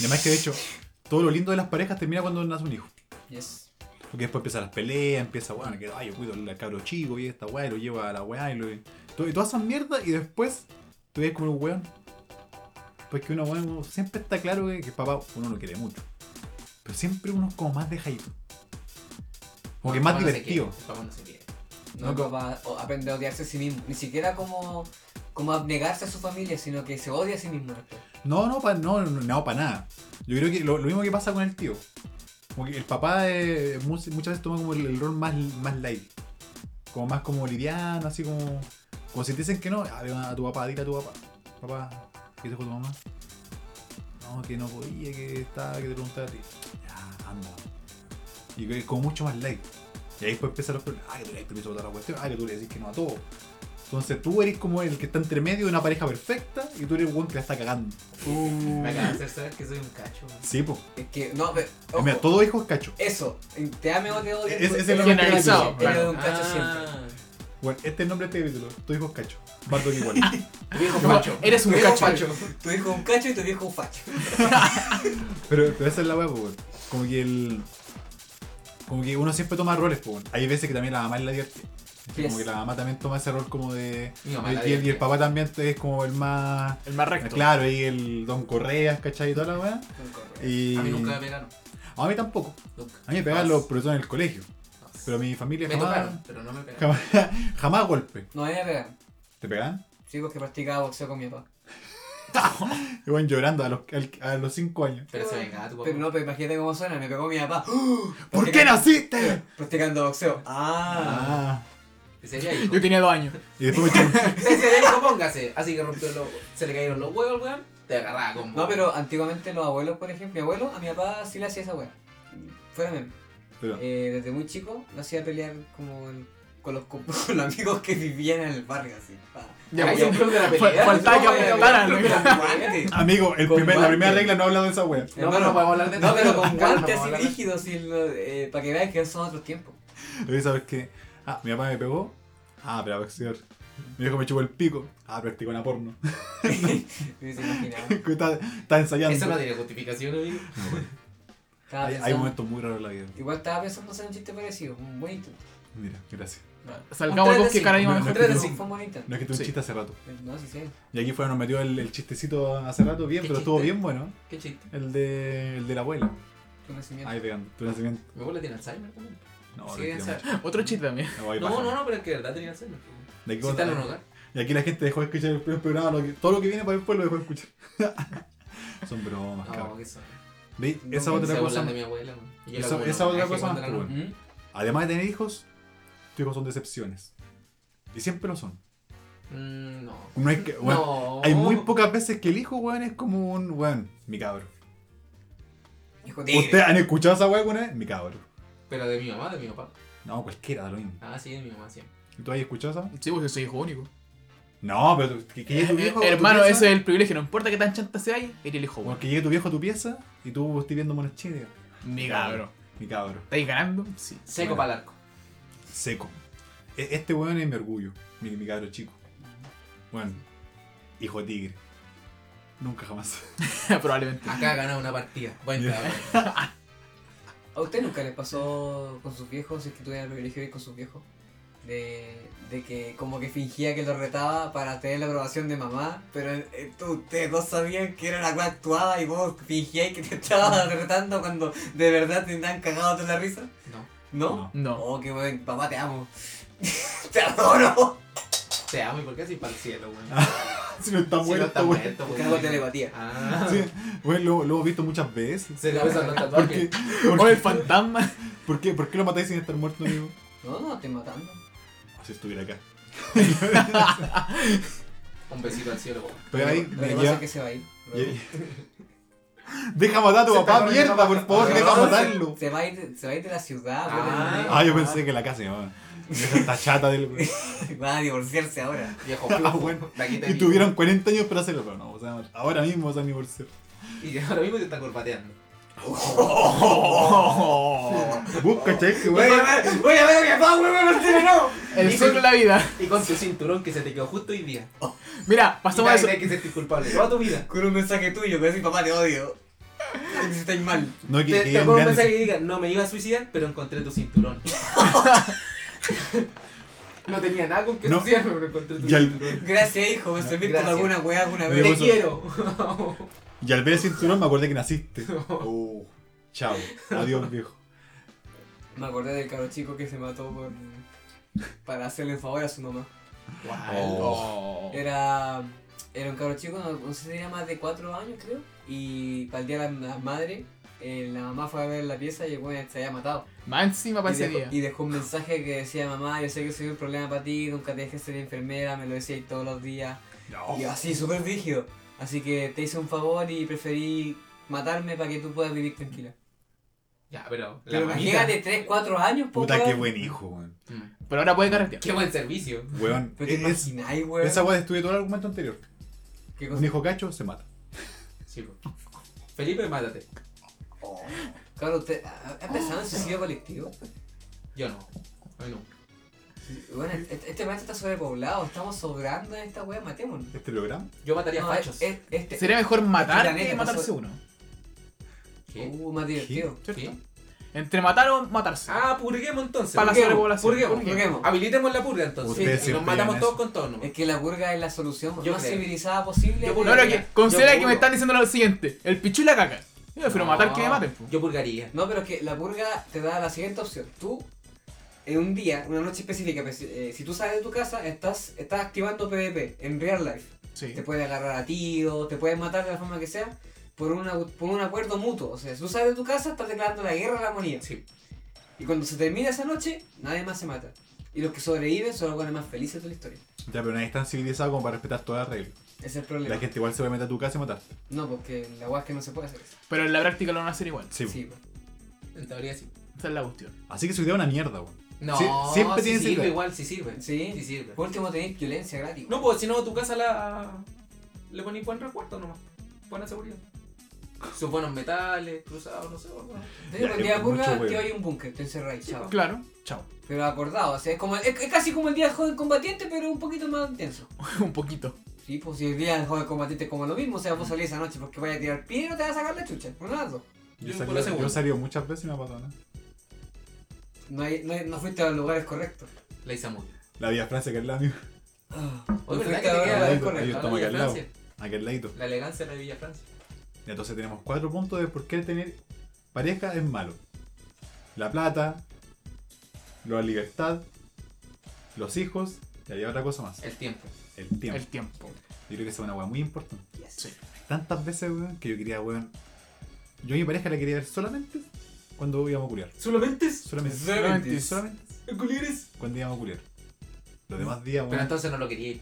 A: Además que de hecho, todo lo lindo de las parejas termina cuando nace un hijo.
C: Yes.
A: Porque después empiezan las peleas, empieza, bueno, que ay, yo cuido al cabro chico y esta weá, y lo lleva a la weá y lo. Y, todo- y todas esas mierdas, y después tú ves como un weón. Pues que uno, bueno, siempre está claro que, que papá uno lo quiere mucho. Pero siempre uno es como más dejadito. Como que es más
D: Papá no se
A: divertido.
D: quiere, papá no se quiere.
C: No,
A: No,
C: papá o- aprende a odiarse a sí mismo. Ni siquiera como, como abnegarse a su familia, sino que se odia a sí mismo.
A: No, no, pa, no, no, para nada. Yo creo que lo, lo mismo que pasa con el tío. Como que el papá eh, mu- muchas veces toma como el, el rol más, más light. Como más como liviano, así como. Como si te dicen que no, a, ver, a tu papá, dile a tu papá. Papá, ¿qué dijo tu mamá? No, que no podía, que estaba, que te preguntaba a ti. Ya, anda. Y que es como mucho más light. Y ahí después empiezan los problemas. Ah, que tú le das permiso para la cuestión. Ah, que tú le decís que no a todo. Entonces tú eres como el que está entre medio de una pareja perfecta y tú eres el buen que la está cagando.
D: Me acaban de hacer saber que soy un cacho. weón.
A: Sí, pues.
C: Es que, no, pero, ojo,
A: Mira, todo hijo es cacho.
C: eso. Te ame o te odie.
A: Es- es el
C: eres-
A: hombre
B: generalizado,
C: eres
B: claro.
C: un cacho siempre.
D: Ah,
A: Bueno, este es el nombre de este capítulo. Tu hijo es cacho. Bardo igual.
D: Viejo
B: Como,
D: facho.
B: eres un
D: Viejo
B: cacho.
D: facho.
C: Tu hijo es un cacho y tu viejo es un facho.
A: pero, pero esa es la weá, pues, weón. Como que el. Como que uno siempre toma roles, pues, weón. Hay veces que también la mamá es la divierte. Como
C: Yes.
A: que la mamá también toma ese rol como de.
D: Mi mamá la
A: y, el, y el
D: divierte.
A: papá también es como el más.
B: El más recto.
A: Claro, y el Don Correas, ¿cachai? Y toda la weá. Y...
D: A mí nunca me pegaron.
A: A mí tampoco.
D: Nunca.
A: A mí me pegaban los profesores en el colegio. Pero mi familia
D: me
A: jamás,
D: tocaron, pero no me pegaron.
A: jamás. Jamás golpe.
C: No, a mí me pegaron.
A: ¿Te pegaban?
C: Sí, porque practicaba boxeo con mi papá.
A: Y bueno, llorando a los, al- a los cinco años.
D: Pero se vengaba tu papá.
C: Pero no, pero imagínate cómo suena. Me pegó mi papá.
A: ¿Por qué naciste?
C: Practicando boxeo. Ah.
A: Ah.
D: Sería hijo.
B: Yo tenía dos años.
A: Y después me echaron.
D: Se sería hijo, póngase. Así que rompió los... Se le cayeron los huevos, weón. Te agarraba con
C: No, pero antiguamente los abuelos, por ejemplo, mi abuelo, a mi papá sí le hacía esa wea. Fuera meme.
A: Pero,
C: Eh, desde muy chico lo hacía pelear como en- con, los, co- con los amigos que vivían en el barrio, así. Ah. pa.
B: Ya,
D: Hay
B: pues,
D: un club de la
B: fal-
D: pelea.
B: faltaba que
D: No, pero-
B: apuntaran.
D: pero-
B: ¿no?
C: Guante.
A: amigo, el
C: Con
A: primer- la
C: guante.
A: primera regla no ha hablado de esa wea.
D: No, pero no podemos hablar de
C: No, pero con
D: Calma, vamos
C: guantes
D: a
C: así eh,
D: hablar-
C: rígidos, para que veas que son otros tiempos.
A: Oye, ¿sabes qué? Ah, mi papá me pegó. Ah, pero a ver, señor. Mi viejo me chupó el pico. Ah, practicó una porno.
C: Me hubiese imaginado.
A: está, está ensayando.
D: Eso no tiene justificación, amigo.
C: Estaba
A: hay, hay
C: pensando-
A: momentos muy raros en la vida.
C: Igual estaba pensando hacer un chiste parecido, un buen intento.
A: Mira, gracias.
B: Salgamos al
C: Un
B: bosque,
C: tres de
B: cara, iba
A: cinco,
B: mejor.
C: cinco, un
A: que
C: tres de
A: no.
C: cinco, Fue un buen intento.
A: No es que tuve
B: Sí.
A: un chiste hace rato.
C: No, sí, sí.
A: Y aquí fue, nos metió el, el chistecito hace rato bien,
D: ¿Qué
A: pero
D: chiste?
A: estuvo bien bueno.
D: Qué chiste.
A: El de, el de la abuela.
C: Tu nacimiento.
A: Ahí pegando, tu nacimiento.
D: Mi abuela tiene Alzheimer también.
A: No,
D: Sí,
A: no entiendo.
D: esa-
B: Otro chiste también.
A: No, ahí
D: No,
A: baja.
D: no, no, pero es que de verdad tenía Alzheimer.
A: De aquí
D: Si está en un
A: cuando-
D: hogar.
A: Y aquí la gente dejó de escuchar el primer programa, lo que- todo lo que viene para después lo dejó de escuchar. Son bromas,
D: No,
A: cabrón.
D: que son.
A: De-
C: no,
A: Esa
C: no
A: otra
D: Se
A: cosa.
D: burlan de mi abuela. weón. Y yo la
A: Esa-
D: abuela
A: esa
D: no
A: otra
D: me deja
A: cosa
D: cuando
A: más
D: la
A: cool.
D: noche.
C: ¿Mm?
A: Además de tener hijos, tus hijos son decepciones. Y siempre lo son.
D: Mm, No.
A: No hay, que, weón,
D: No.
A: hay muy pocas veces que el hijo, weón, es como un, weón, mi cabro.
C: Hijo de
A: ¿Ustedes han escuchado esa weón alguna vez? Mi cabro.
D: Pero de mi mamá, de mi papá.
A: No, cualquiera da lo mismo.
D: Ah, sí, de mi mamá siempre.
A: ¿Tú has escuchado esa?
B: Sí, pues yo soy hijo único.
A: No, pero tú- que, que llegue tu viejo. a tu
B: Eh, hermano,
A: pieza,
B: ese es el privilegio. No importa qué tan chanta sea ahí, eres el hijo
A: weón,
B: único.
A: que llegue tu viejo a tu pieza y tú estés viendo monas chinas.
B: Mi cabrón.
A: Mi cabro.
B: ¿Estáis ganando? Sí.
D: Seco
A: Bueno.
D: para el arco.
A: seco. E- Este weón es mi orgullo, mi, mi cabro chico. Bueno, hijo de tigre. Nunca jamás.
B: Probablemente.
D: Acá ganado una partida. Bueno,
A: Ya.
D: cabrón.
C: ¿A usted nunca le pasó con sus viejos, si es que tuviera el privilegio de ir con sus viejos? De, de que como que fingía que lo retaba para tener la aprobación de mamá, pero eh, tú- ustedes dos sabían que era una cosa actuada y vos fingíais que te estabas retando cuando de verdad te andaban cagados de la risa.
D: No.
C: ¿No?
B: No.
C: Oh, qué buen papá, te amo. te adoro.
D: Te amo y por qué así para el cielo, weón.
A: Si no está
D: Si no
A: muerto,
D: está
A: weón.
D: muerto,
C: Porque
D: weón.
C: hago telepatía.
D: Ah.
A: Sí, weón, lo, lo hemos visto muchas veces.
D: Se le besan los
A: ¿Por
D: tatuajes.
A: qué,
B: O el fantasma.
A: por qué- por qué lo matáis sin estar muerto, amigo?
C: No, no, estoy matando.
A: Ah, si estuviera acá.
D: Un besito al cielo, weón.
A: Pero ahí,
C: Lo
A: mira,
C: que pasa es
A: ya-
C: que se va a ir.
A: ya- Deja matar a tu
D: Se está
A: papá,
D: corriendo
A: mierda,
D: la-
A: por favor,
D: Ah,
A: deja
D: no,
A: matarlo.
C: Se va a ir, se va a ir de la ciudad.
D: Ah.
A: Ah, yo pensé que la casa se llamaba. Esta chata del.
C: pues, Va a divorciarse ahora.
D: Viejo
A: Ah,
D: flujo.
A: bueno.
D: De aquí te
A: Y
D: vi.
A: tuvieron 40 años para hacerlo, pero no, o sea, ahora mismo es aniversario.
D: Y ahora mismo te está corpateando.
A: Vos cachai que
C: Voy
A: weón.
C: a ver, voy a ver a mi papá, güey, me parece que no.
B: El ciclo de la vida.
D: Y con tu cinturón que se te quedó justo hoy día.
B: Mira, pasamos Ah, a
D: y
B: eso.
D: Tienes que sentir culpable toda tu vida.
C: Con un mensaje tuyo, que decís, papá, te odio. Y si estáis mal.
A: No, que,
D: Te,
A: que
D: te
A: es
D: pongo un
A: grande.
D: mensaje que diga, no me iba a suicidar, pero encontré tu cinturón. no tenía nada con que
A: No.
D: suicidarme, pero encontré tu
A: Y al-
D: cinturón.
C: Gracias, hijo, me serví con
D: Gracias.
C: alguna weá alguna
A: Yo
D: Te
A: puso-
C: vez.
D: quiero.
A: Y al ver el cinturón me acordé que naciste. Oh, chao. Adiós, viejo.
C: Me acordé del caro chico que se mató por... para hacerle un favor a su mamá.
A: Oh.
C: Era. Era un cabro chico, no, no sé si tenía más de 4 años, creo. Y para el día de la, la madre, eh, la mamá fue a ver la pieza y el weón se había matado.
B: Más encima para
C: Y
B: ese
C: dejó,
B: día.
C: y dejó un mensaje que decía, mamá, yo sé que soy un problema para ti, nunca te dejé ser enfermera, me lo decíais todos los días.
A: No.
C: Y así, súper rígido. Así que te hice un favor y preferí matarme para que tú puedas vivir tranquila.
D: Ya, pero. la
C: Pero
D: mamita.
C: imagínate, 3, 4 años, po,
A: Puta, qué
C: weón.
A: buen hijo, weón.
D: Mm.
B: Pero ahora puede carretear.
D: Qué buen servicio.
A: Weón. e-
C: Pero te
A: es-
C: imagináis, weón.
A: Esa weá destruye todo el argumento anterior.
C: Qué cosa-
A: Un hijo cacho se mata.
D: Sí, po. Felipe, mátate.
C: Claro, usted ha ha pensado en suicidio colectivo.
D: Yo no. Hoy no.
C: Bueno, este, este planeta está sobrepoblado, estamos sobrando en esta wea, matémonos.
A: Este programa.
D: Yo mataría
C: No,
D: fachos.
C: es- este-
B: Sería mejor matar
C: Planeta,
B: que matarse
C: pasó-
B: uno.
D: ¿Qué?
C: Uh, más divertido.
B: ¿Cierto?
D: ¿Qué?
B: Entre matar o matarse.
D: Ah, purguemos entonces.
B: Para la
D: Purguemos,
B: sobrepoblación.
D: purguemos.
B: Purguemos.
C: Juguemos.
D: Habilitemos la purga entonces.
A: Ustedes
D: y
A: siempre
D: nos matamos
A: digan
D: todos
A: eso.
D: con todos nomás.
C: Es que la burga es la solución
D: Yo
C: más
D: creo.
C: civilizada posible.
D: Yo
B: No,
D: creo
B: ahora
D: ya.
B: que considera
D: Yo
B: que me
D: juro.
B: están diciendo lo siguiente: el pichu y la caca. Yo prefiero
D: No,
B: matar que me maten. po.
D: Yo purgaría.
C: No, pero es que la purga te da la siguiente opción. Tú, en un día, una noche específica, pues, eh, si tú sales de tu casa, estás, estás activando PvP en real life.
B: Sí.
C: Te pueden agarrar a tiro, te pueden matar de la forma que sea, por, una, por un acuerdo mutuo. O sea, si tú sales de tu casa, estás declarando la guerra a la moneda.
D: Sí.
C: Y cuando se termina esa noche, nadie más se mata. Y los que sobreviven son los buenos más felices de la historia.
A: Ya, pero nadie es tan civilizado como para respetar todas las reglas.
C: Ese es el
A: La
C: problema.
A: gente igual se va a meter a tu casa y matarte.
C: No, porque la guas que no se puede hacer eso.
B: Pero en la práctica lo van a hacer igual.
A: Sí.
C: Sí, pues.
D: En teoría sí.
B: Esa es la cuestión.
A: Así que su idea es una mierda, weón.
D: No,
A: Sí, siempre
D: sí
A: tiene
D: sirve
A: sentido.
D: igual, sí sirve.
C: Sí.
D: Sí sirve.
C: Por último, tenéis violencia gratis.
D: No, pues si no, a tu casa la. Le ponís buen recuerdo nomás. Buena seguridad. sus buenos metales, cruzados, no sé. weón.
C: Sí,
A: Ya,
C: porque
A: es
C: día de
A: mucho
C: purga
A: huevo.
C: que hay un búnker, te encerráis, chao.
B: Claro.
A: Chao.
C: Pero acordado, o sea, es, como, es, es casi como el día del joven combatiente, pero un poquito más intenso.
B: Un poquito.
C: Sí, pues si el día del joven combatiente es como lo mismo, o sea, vos salís esa noche porque vaya a tirar piedra o te vas a sacar la chucha, una de las dos.
A: Yo he
D: Yo
A: salido-
D: por ese
A: yo he
D: weón.
A: salido muchas veces y no ha pasado nada.
C: No, hay- no, hay- no fuiste a los lugares correctos.
D: La Isamuel.
A: La vía Francia que es la misma.
C: Ah,
D: Oye,
C: no
D: ¿verdad
C: fuiste
D: que te
C: a
D: queda
C: los lugares
A: ahí, ahí
C: correctos.
A: está. Estamos
D: Villa
A: acá al lado.
D: Francia.
A: Aquel ladito.
D: La elegancia de Villa Francia.
A: Y entonces tenemos cuatro puntos de por qué tener pareja es malo. La plata, la libertad, los hijos y había otra cosa más.
D: El tiempo.
A: El tiempo.
B: El tiempo.
A: Yo creo que esa es una weá muy importante.
C: Yes.
B: Sí.
A: Tantas veces, weón, que yo quería, weón. Yo a mi pareja la quería ver solamente cuando íbamos a culiar.
D: ¿Solamente?
A: Solamente.
B: Solamente.
A: Solamente
D: ¿Culieres?
A: cuando íbamos a culiar. Los demás días,
D: Pero
A: weón.
D: entonces no lo quería.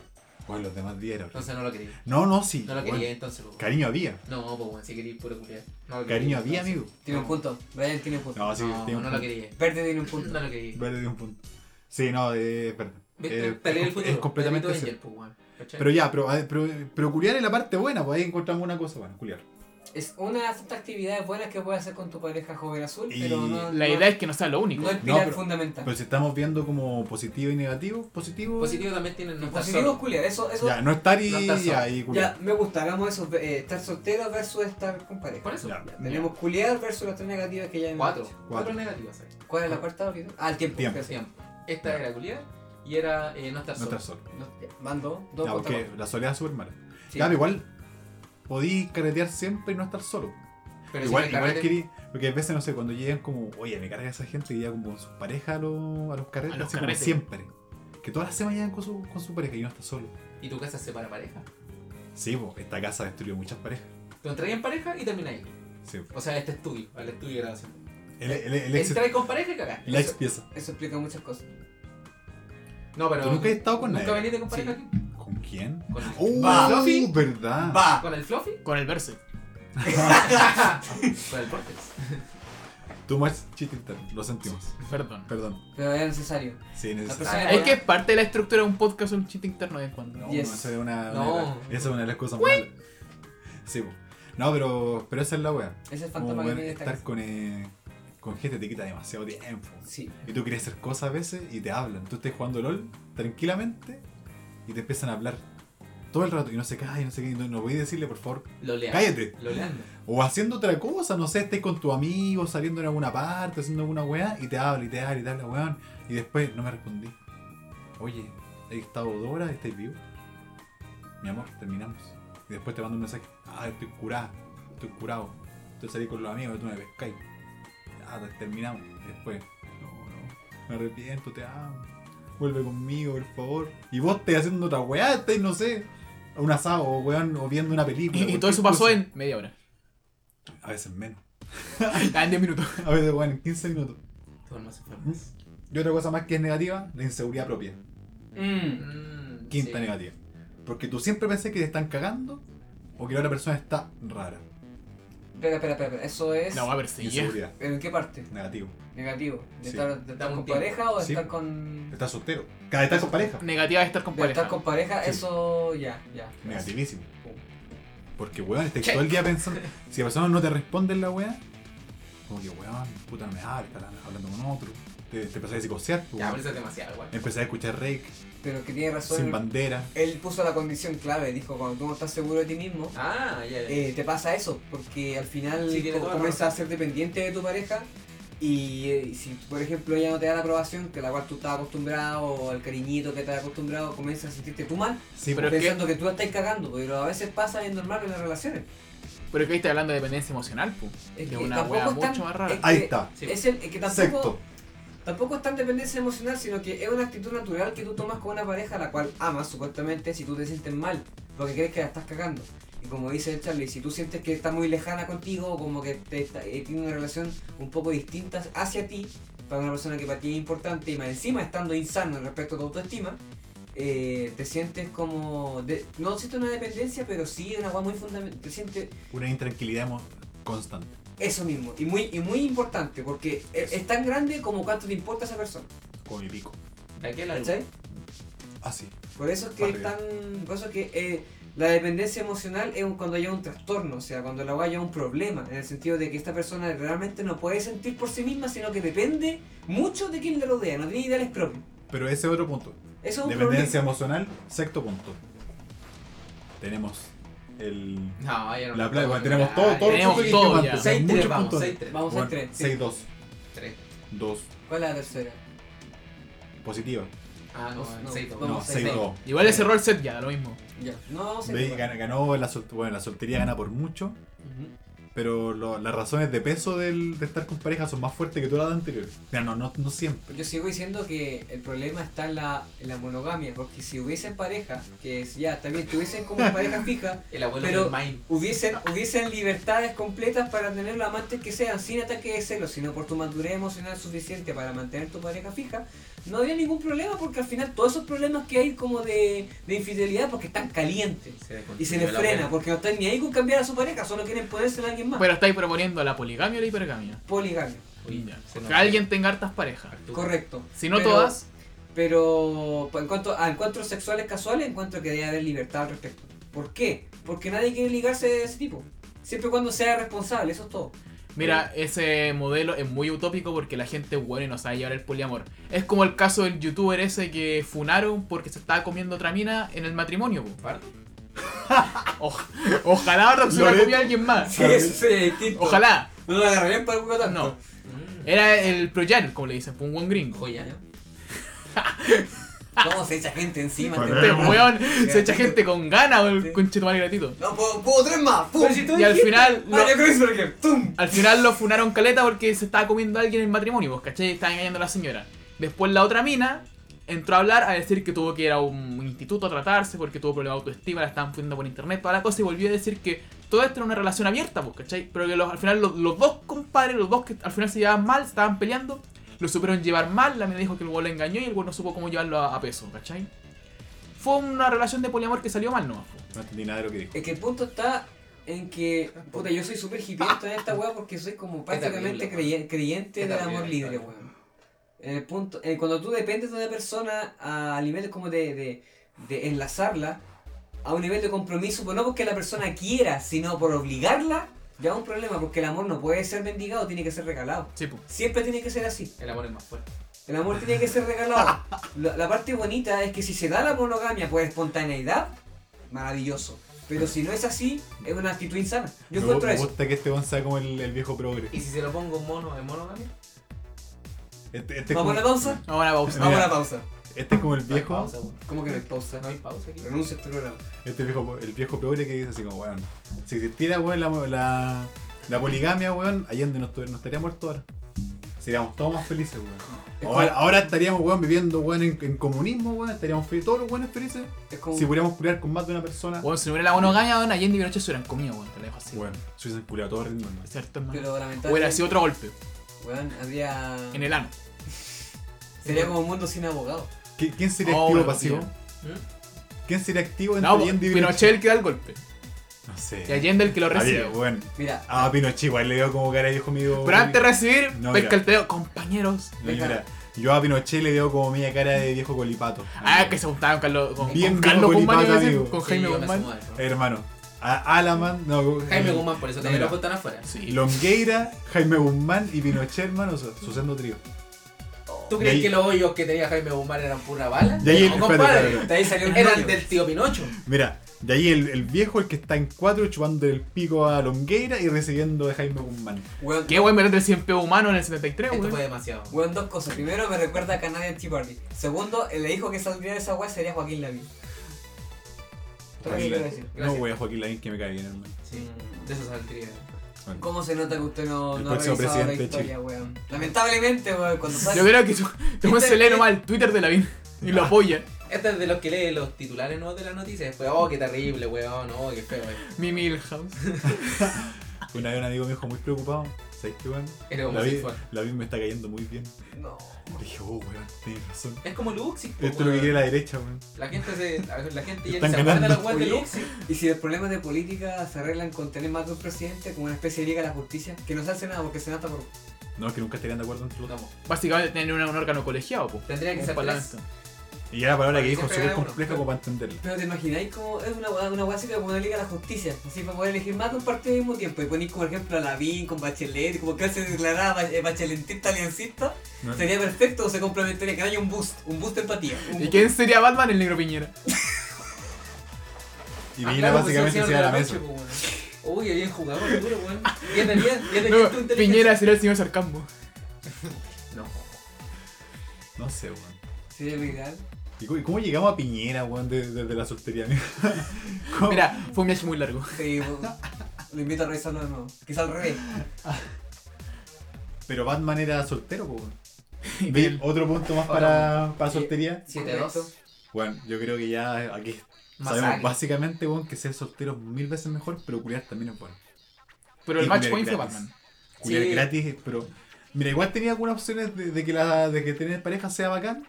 A: Weón, los demás días era horrible.
D: Entonces no lo quería.
A: No, no, sí.
D: No lo
A: weón.
D: quería, entonces. pues.
A: Cariño había.
D: No, pues bueno, si quería puro culiar. No lo
A: Cariño
D: quería,
A: había,
D: entonces.
A: amigo.
C: Tiene un punto, Brian tiene un punto.
A: No, sí,
D: No,
A: tiene
D: no,
A: un
D: lo
A: punto.
D: quería.
C: Verde tiene un punto.
D: No lo quería.
A: Verde de un punto. Sí, no, eh, perdón.
D: Viste,
A: Eh,
D: peleé el
A: es-
D: futuro.
A: es completamente
D: Peleé todo
A: cierto.
D: Angel, pues, weón. ¿Cachai?
A: Pero ya, pero, a- pero, pero culiar es la parte buena, pues ahí encontramos una cosa buena, culiar.
C: Es una de las tantas actividades buenas que puedes hacer con tu pareja joven azul,
A: Y
C: pero no,
B: La
C: no-
B: idea es que no sea lo único.
C: no es
A: No,
C: pilar
A: pero- pues,
C: fundamental.
A: Pero si estamos viendo como positivo y negativo, positivo.
D: Positivo también tienen no estar
C: Positivo
D: solo.
C: es culiar, eso, eso
A: Ya, no estar y,
D: No estar
A: ya,
D: solo.
A: y
C: Ya,
A: culiar.
C: me gusta, hagamos eso, eh, estar soltero versus estar con pareja.
D: Por eso.
A: Ya.
C: Ya, Tenemos culiar versus las tres negativas que ya hemos
D: Cuatro.
C: dicho.
D: Cuatro negativas ahí.
C: ¿Cuál es la cuarta? Olvido? Ah, el tiempo.
A: Tiempo.
C: gracias.
D: Tiempo. Esta era culiar y era eh, no estar
A: No
D: solo.
A: estar solo.
C: No, ya, Van dos, dos
A: Ya,
C: contra
A: porque la soledad es súper mala.
C: cuatro. Sí.
A: Ya, pero igual podí carretear siempre y no estar solo.
D: Pero
A: igual
D: si en el
A: igual
D: carrete-
A: querí- porque a veces, no sé, cuando llegan como, oye, me carga esa gente que llega como con sus parejas a los, a los carretes,
B: A los
A: así como
B: carretes.
A: siempre. Que todas las semanas llegan con su, con su pareja y no está solo.
D: Y tu casa separa pareja.
A: Sí, pues, esta casa destruyó muchas parejas.
D: Tú entras en pareja y terminas ahí.
A: Sí, po.
D: O sea, este estudio, al estudio de grabación.
A: el, el, el ex,
D: Entras con pareja y cagás.
A: la ex pieza.
C: Eso explica muchas cosas.
D: No, pero.
A: ¿Tú nunca has estado con
D: ¿Nunca
A: nadie?
D: veniste con pareja
C: Sí.
D: aquí?
A: ¿Con quién?
D: Con el,
A: ¡Oh,
C: Va.
A: Fluffy! verdad!
C: ¡Va!
D: ¿Con el Fluffy?
B: Con el verse.
D: con el Cortex.
A: Too much chiste interno, lo sentimos.
B: Perdón.
A: Perdón.
C: Pero era necesario.
A: Sí,
C: La
A: necesario.
C: persona
B: Es que es parte de la estructura de un podcast un chiste interno de vez en cuando.
A: No,
C: Yes.
A: no, esa es una,
D: No.
A: una- esa es una de las cosas malas. Sí, po. No, pero, pero esa es la wea.
C: Es el
A: Como,
C: fantasma que
A: weón,
C: tiene esta
A: estar
C: casa.
A: con, eh, con gente te quita demasiado tiempo.
C: Sí.
A: Y tú quieres hacer cosas a veces y te hablan. Tú estás jugando LOL tranquilamente y te empiezan a hablar todo el rato y no se cae, no sé qué. y No, no voy a decirle, por favor,
D: Loleando.
A: cállate.
D: Loleando.
A: O haciendo otra cosa, no sé, estés con tu amigo, saliendo en alguna parte, haciendo alguna weá y te habla y te habla y te habla, weón. Y después no me respondí. Oye, he estado dos horas, estáis vivo. Mi amor, terminamos. Y después te mando un mensaje. Ah, estoy curada, estoy curado. Estoy salí con los amigos, tú me pescáis. Ah, te- terminamos. Y después, no, no, me arrepiento, te amo. Vuelve conmigo, por favor. Y vos te haciendo otra weá, estáis, no sé, a un asado, o weón, o viendo una película.
B: Y, y todo
A: cualquier
B: eso pasó
A: cosa.
B: en media hora.
A: A veces menos.
B: Ah, en 10 minutos.
A: A veces, bueno, en 15 minutos.
D: Tú no se
A: Mm.
D: formas.
A: Y otra cosa más que es negativa, la inseguridad propia.
C: Mm.
D: Mm,
A: Quinta
D: sí.
A: negativa. Porque tú siempre pensás que te están cagando o que la otra persona está rara.
C: Espera, espera, espera. espera. Eso es.
B: La voy a perseguir.
A: Inseguridad.
C: ¿En qué parte?
A: Negativo.
C: Negativo. ¿De
A: Sí.
C: estar, de estar
D: Dame un
C: con
D: tiempo.
C: pareja o de
A: Sí.
C: estar con.?
A: Estás soltero. Cada vez estás con pareja.
B: Negativa de estar con
C: De estar
B: pareja.
C: con pareja,
A: Sí.
C: eso ya, ya.
A: Negativísimo. Porque, weón, estás todo el día pensando. Si la persona no te responde en la weá, como que, weón, puta, no me habla, está hablando con otro. Te, te empezás a psicosear, tú,
D: Ya,
A: weón.
D: pero eso es demasiado, weón.
A: Empezás a escuchar Rake,
C: Pero que tiene razón.
A: sin bandera.
C: Él puso la condición clave, dijo, cuando tú no estás seguro de ti mismo,
D: Ah, ya, ya.
C: eh, te pasa eso, porque al final
D: Sí, tiene
C: co-
D: toda la
C: comienzas a ser dependiente de tu pareja y, eh, y si por ejemplo ella no te da la aprobación que la cual tú estás acostumbrado o al cariñito que estás acostumbrado, comienzas a sentirte tú mal,
A: Sí, pero,
B: Pero- es que-
C: pues, pensando que... tú la estás cagando, pero a veces pasa es normal en las relaciones.
B: Pero que ahí está hablando de dependencia emocional, po.
C: Es
B: Que una
C: tampoco
B: wea
C: es tan-
B: mucho más rara.
C: es
A: Ahí
C: que-
A: está.
D: Sí.
C: Es el, es que tampoco,
A: Sexto.
C: Tampoco es tan dependencia emocional, sino que es una actitud natural que tú tomas con una pareja a la cual amas, supuestamente, si tú te sientes mal, porque crees que la estás cagando. Y como dice el Charlie, si tú sientes que está muy lejana contigo, o como que te está- eh, tiene una relación un poco distinta hacia ti, para una persona que para ti es importante, y más encima estando insano respecto a tu autoestima, eh, te sientes como... de- no sientes una dependencia, pero sí una agua muy fundamental, te sientes
A: una intranquilidad emo- constante.
C: eso mismo, y muy, y muy importante, porque es, es tan grande como cuánto te importa esa persona,
A: Con mi pico. Ah,
D: De aquí a la luz.
C: ¿cachai?
A: Así.
C: Por eso es que
A: Para
C: están. Por eso es que eh, La dependencia emocional es un- cuando haya un trastorno, o sea, cuando la haya un problema, en el sentido de que esta persona realmente no puede sentir por sí misma, sino que depende mucho de quien la rodea, no tiene ideales propios.
A: Pero ese es otro punto.
C: Eso es un
A: Dependencia emocional, sexto punto. Tenemos el.
D: No, ya no.
A: La playa, tenemos todo, todo
B: tenemos
A: puntos
B: todo
A: gigantes,
B: ya.
A: son
D: 6
A: muchos
D: vamos,
A: puntos.
D: 6
C: Vamos a
A: Bueno,
C: tres, sí.
A: 6, 2,
D: 3.
A: 2,
C: problema. ¿Cuál es la tercera?
A: positiva.
D: Ah, no,
C: No,
D: 6
C: vamos,
A: No,
C: Vamos, seis,
A: 6, 2.
B: Igual ese rol set ya, lo mismo.
C: Ya. No, vamos a
A: Ve, Ganó, ganó la, sol- bueno, la soltería gana por mucho,
C: Ujú.
A: pero lo- las razones de peso del, de estar con pareja son más fuertes que todas las anteriores. Mira, no, no, no siempre.
C: Yo sigo diciendo que el problema está en la, en la monogamia, porque si hubiesen pareja, que es- ya, también tuviesen como pareja fija,
D: El abuelo
C: Pero-
D: del Mine.
C: hubiesen, hubiesen libertades completas para tener los amantes que sean, sin ataque de celos, sino por tu madurez emocional suficiente para mantener tu pareja fija, no habría ningún problema porque al final todos esos problemas que hay como de, de infidelidad porque están calientes y se les frena porque no están ni ahí con cambiar a su pareja, solo quieren ponerse a alguien más.
B: Pero estáis proponiendo la poligamia o la hipergamia.
C: Poligamia,
B: Ya. Que alguien tenga hartas parejas.
C: correcto.
B: Si no
C: Pero-
B: todas,
C: Pero pa- en cuanto a ah, encuentros sexuales casuales, encuentro que debe haber libertad al respecto. ¿Por qué? Porque nadie quiere ligarse de ese tipo. Siempre y cuando sea responsable, eso es todo.
B: mira, ese modelo es muy utópico porque la gente es buena y no sabe llevar el poliamor. Es como el caso del youtuber ese que funaron porque se estaba comiendo otra mina en el matrimonio. po.
D: ¿Pardo?
B: Oj- ojalá ahora se la
A: Loreto.
B: comía alguien más.
A: Sí, eso
C: es distinto.
B: Ojalá.
C: No lo agarrarían para el culo tanto. Mm.
B: No. Era el Proyan, como le dicen, fue un buen gringo.
D: Joya.
C: ¿Cómo se echa gente encima?
A: Joder.
B: Este weón se echa
C: sí.
B: gente con ganas o el
C: Sí.
B: conchetumare gratuito.
C: No, puedo, puedo tres más. ¡Pum!
B: Pero si tú Y al dijiste, Ah, final lo-
C: Mario Kreuzberger. ¡Tum!
B: Al final lo funaron caleta porque se estaba comiendo a alguien en el matrimonio, pues, ¿cachai? Estaba engañando a la señora. Después la otra mina entró a hablar a decir que tuvo que ir a un instituto a tratarse porque tuvo problemas de autoestima, la estaban funando por internet, toda la cosa, y volvió a decir que todo esto era una relación abierta, pues, ¿cachai? Pero que los- al final los, los dos compadres, los dos que al final se llevaban mal, se estaban peleando, lo supieron llevar mal, la mina dijo que el güey lo engañó y el güey no supo cómo llevarlo a, a peso, ¿cachai? Fue una relación de poliamor que salió mal, pues. ¿no?
A: No entendí nada de lo que dijo.
C: Es que el punto está en que, puta, yo soy súper hipiento en esta weá porque soy como prácticamente
D: terrible,
C: creyen- creyente
D: Qué
C: del
D: terrible,
C: amor libre,
D: claro.
C: weón. En el punto, eh, cuando tú dependes de una persona a niveles como de, de, de enlazarla a un nivel de compromiso, pues no porque la persona quiera, sino por obligarla, ya es un problema, porque el amor no puede ser mendigado, tiene que ser regalado.
B: Sí, pues.
C: Siempre tiene que ser así.
D: El amor es más fuerte.
C: El amor tiene que ser regalado. La, la parte bonita es que si se da la monogamia por espontaneidad, maravilloso. Pero si no es así, es una actitud insana. Yo
A: me,
C: encuentro
A: me
C: eso.
A: gusta que este weón sea como el, el viejo progre.
D: ¿Y si se lo pongo un mono, es mono también?
A: Este, este es como,
C: ¿Vamos a la pausa?
B: Ahora vamos.
A: Mira.
C: Vamos a la pausa.
A: este es como el viejo.
D: Pausa, weón.
C: ¿Cómo que no hay pausa?
D: No hay pausa aquí.
C: Renuncia a este programa.
A: Este viejo, el viejo progre que dice así como, weón. Si existiera, weón, la, la, la poligamia, weón, Allende no, estu- no estaría muerto ahora. Seríamos todos más felices,
C: Es
A: weón.
C: como-
A: Ahora, ahora estaríamos, weón, viviendo, weón, en, en comunismo, weón. Estaríamos fe- todos los weones felices.
C: Es como.
A: Si pudiéramos curar con más de una persona,
B: Bueno, si no hubiera la monogamia, bueno, Allende y Pinochet se hubieran comido, bueno, te lo dejo así.
A: weón, se hubiesen curado todo el ritmo, hermano.
B: ¿Cierto, hermano?
C: pero
B: Hubiera
C: lamentablemente.
B: sido otro golpe
C: Weón, habría.
B: en el ano.
C: Sería como un mundo sin abogado.
A: ¿Qui- ¿Quién sería
B: Oh,
A: activo o
B: bueno,
A: pasivo?
B: tío.
D: ¿Mm?
A: ¿Quién sería activo entre
B: ¿Eh? No,
A: Allende y
B: Pinochet el que da el golpe.
A: No sé.
B: Y Allende el que lo
A: Ah,
B: recibe.
A: bien, weón.
C: Mira,
A: Ah, Pinochet, igual le dio como cara de viejo amigo.
B: Pero antes de recibir,
A: No, mira.
B: pesca el dedo. Compañeros.
A: No, mira, yo a Pinochet le veo como media cara de viejo colipato.
B: Ah, que se juntaban con, lo- con,
A: Bien
B: con Carlos
A: viejo
B: Guzmán, iba a
A: Curipato,
B: decir,
A: amigo.
B: con
D: Sí,
B: Jaime
D: yo me
B: Guzmán.
D: sumo a eso.
A: Hermano, a Alaman, no,
D: Jaime Guzmán, por eso también
A: Mira.
D: lo están afuera.
B: Sí.
A: Longueira, Jaime Guzmán y Pinochet, hermano, su, su sendo trío.
D: ¿Tú
A: Y
D: crees
A: ahí-
D: que los hoyos que tenía Jaime Guzmán eran pura bala?
A: Y ahí el-
D: no,
A: espérate,
D: compadre.
A: espérate.
C: de ahí salió un
D: Eran
C: niño.
D: del tío Pinocho.
A: Mira, de ahí el, el viejo, el que está en cuatro, chupando el pico a Longueira y recibiendo de Jaime Guzmán.
C: Weón,
B: Qué buen meter el 100 pesos humano en el 73,
D: Esto fue
B: weón.
D: demasiado.
C: weón, dos cosas. Primero, me recuerda a Canadian Tea Party. Segundo, el hijo que saldría de esa weá sería Joaquín Lavín. Todo lo que quiero decir.
A: No
D: Gracias.
A: voy a Joaquín Lavín que me cae bien, hermano.
D: Sí, de eso saldría.
A: Bueno.
C: ¿Cómo se nota que usted no,
A: El
C: no ha
A: próximo
C: revisado la
A: presidente de
C: historia, weón? Lamentablemente, weón, cuando sale...
B: Yo creo que tú- te
C: Este-
B: pones el nomás el Twitter de la vida y lo apoya.
D: Este es de los que lee los titulares nuevos de las noticias. Después, oh, qué terrible, weón, oh, qué feo. eh.
B: Mi Milhouse.
A: Una vez un amigo me dijo muy preocupado. ¿Sabes qué, weón?
D: Era
A: Lavín,
D: homosexual.
A: Lavín me está cayendo muy bien.
C: No.
A: Dije, oh, weón, tienes razón.
D: Es como Luxi. po,
A: Esto es lo que
D: weón.
A: quiere la derecha, weón.
D: La gente se. La, la gente ya
A: Están
D: ni se acuerda
A: ganando.
D: de la weón de
C: Oye,
D: Luxi.
C: Y si los problemas de política se arreglan con tener más de un presidente, como una especie de liga de la justicia, que no se hace nada porque se nota por...
A: No, es que nunca estarían de acuerdo entre los dos.
D: No,
B: Básicamente tener un, un órgano colegiado, po.
D: Tendría que
B: Un
D: ser tres.
B: parlamento.
A: Y era la palabra que dijo,
D: Siempre
A: súper
D: era uno.
A: compleja como para entenderla.
C: Pero te imagináis como es una hueá una hueá así como una liga de la justicia, así para poder elegir más de un partido al mismo tiempo. Y ponéis como ejemplo a Lavín con Bachelet, como que él se declaraba ba- eh, bachelentista, aliancista,
A: ¿no?
C: sería perfecto, se complementaría, que haya un boost, un boost de empatía. un
B: ¿Y
C: boost.
B: quién sería Batman? El negro Piñera.
D: Ah,
A: Y Piñera
D: pues,
A: básicamente se iba a la mesa.
D: Uy, bien jugador, duro, weón. Ya tenía, ya tenía
B: No,
D: tu inteligencia.
B: Piñera sería el señor Sarcasmo.
D: No.
A: No sé, weón.
C: Sería lo ideal.
A: ¿Y cómo, y cómo llegamos a Piñera, weón, de- desde la soltería? amigo? ¿Cómo?
B: Mira, fue un viaje muy largo.
C: Sí, lo invito a revisarlo de nuevo. Quizá al revés.
A: Pero Batman era soltero, po, weón.
B: Y
A: Ve,
B: Bill.
A: Otro punto más para, para
D: Y-
A: soltería.
D: 7-2.
A: Bueno, yo creo que ya aquí
D: Masacre.
A: sabemos básicamente, weón, que ser soltero es mil veces mejor, pero culiar también es bueno.
B: Pero el
A: Y
B: match
A: Bill
B: point fue
A: gratis.
B: Batman.
A: Culiar
D: Sí.
A: gratis, pero... Mira, igual tenía algunas opciones de, de que la de que tener pareja sea bacán,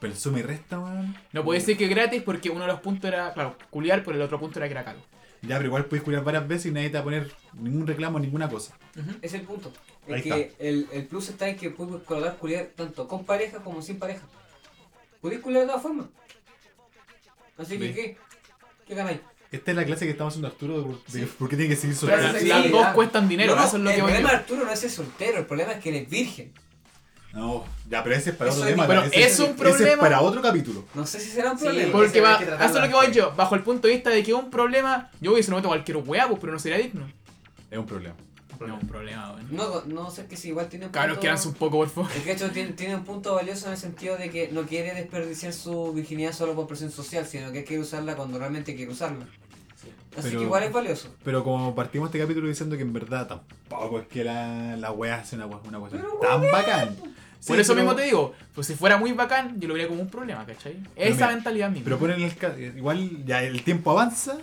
A: pero el suma y resta, weón.
B: No puede ser que gratis porque uno de los puntos era, claro, culiar, pero el otro punto era que era caro.
A: Ya, pero igual puedes culiar varias veces y nadie te va a poner ningún reclamo, ninguna cosa.
C: Es el punto.
A: Ahí
C: Es que el, el plus está en que puedes colocar culiar tanto con pareja como sin pareja. Podéis culiar de todas formas. Así que,
A: Sí.
C: ¿qué? ¿Qué ganáis?
A: Esta es la clase que estamos haciendo Arturo de, por- de
C: Sí.
A: por qué tiene que seguir
B: Pero
A: soltero.
B: las,
D: sí,
B: las
D: sí,
B: dos
D: ya.
B: cuestan dinero,
C: No, no,
B: eso es lo
C: el
B: que voy a
C: problema de
B: decir.
C: Arturo no es ser soltero, el problema es que él es virgen.
A: No, ya, pero ese es para
C: Eso
A: otro
C: es
A: tema.
B: mi- pero
A: ese-
B: es un
A: ese es
B: problema.
A: para otro capítulo.
C: No sé si será un
D: Sí,
C: problema.
D: por-
B: Porque
D: Ese
B: va,
D: hay que
B: eso
D: tratarlo
B: es lo que voy
D: después.
B: yo, bajo el punto de vista de que un problema, yo voy a decir, no meto cualquier hueá, pues, pero no sería digno.
A: Es un problema.
B: No, un problema, weón.
C: No, no sé que si igual tiene un
B: Cabros,
C: punto-
B: quédanse un poco, por favor.
C: El hecho tiene, tiene un punto valioso en el sentido de que no quiere desperdiciar su virginidad solo por presión social, sino que quiere usarla cuando realmente quiere usarla. Así
A: Pero-
C: que igual es valioso.
A: Pero como partimos este capítulo diciendo que en verdad tampoco es que la, la wea hace una, una cuestión
C: Pero,
A: tan bacán. Sí,
B: por eso
A: pero-
B: mismo te digo, pues si fuera muy bacán, yo lo vería como un problema, ¿cachai? Esa
A: mira,
B: mentalidad misma.
A: Pero ponen el ca- igual ya el tiempo avanza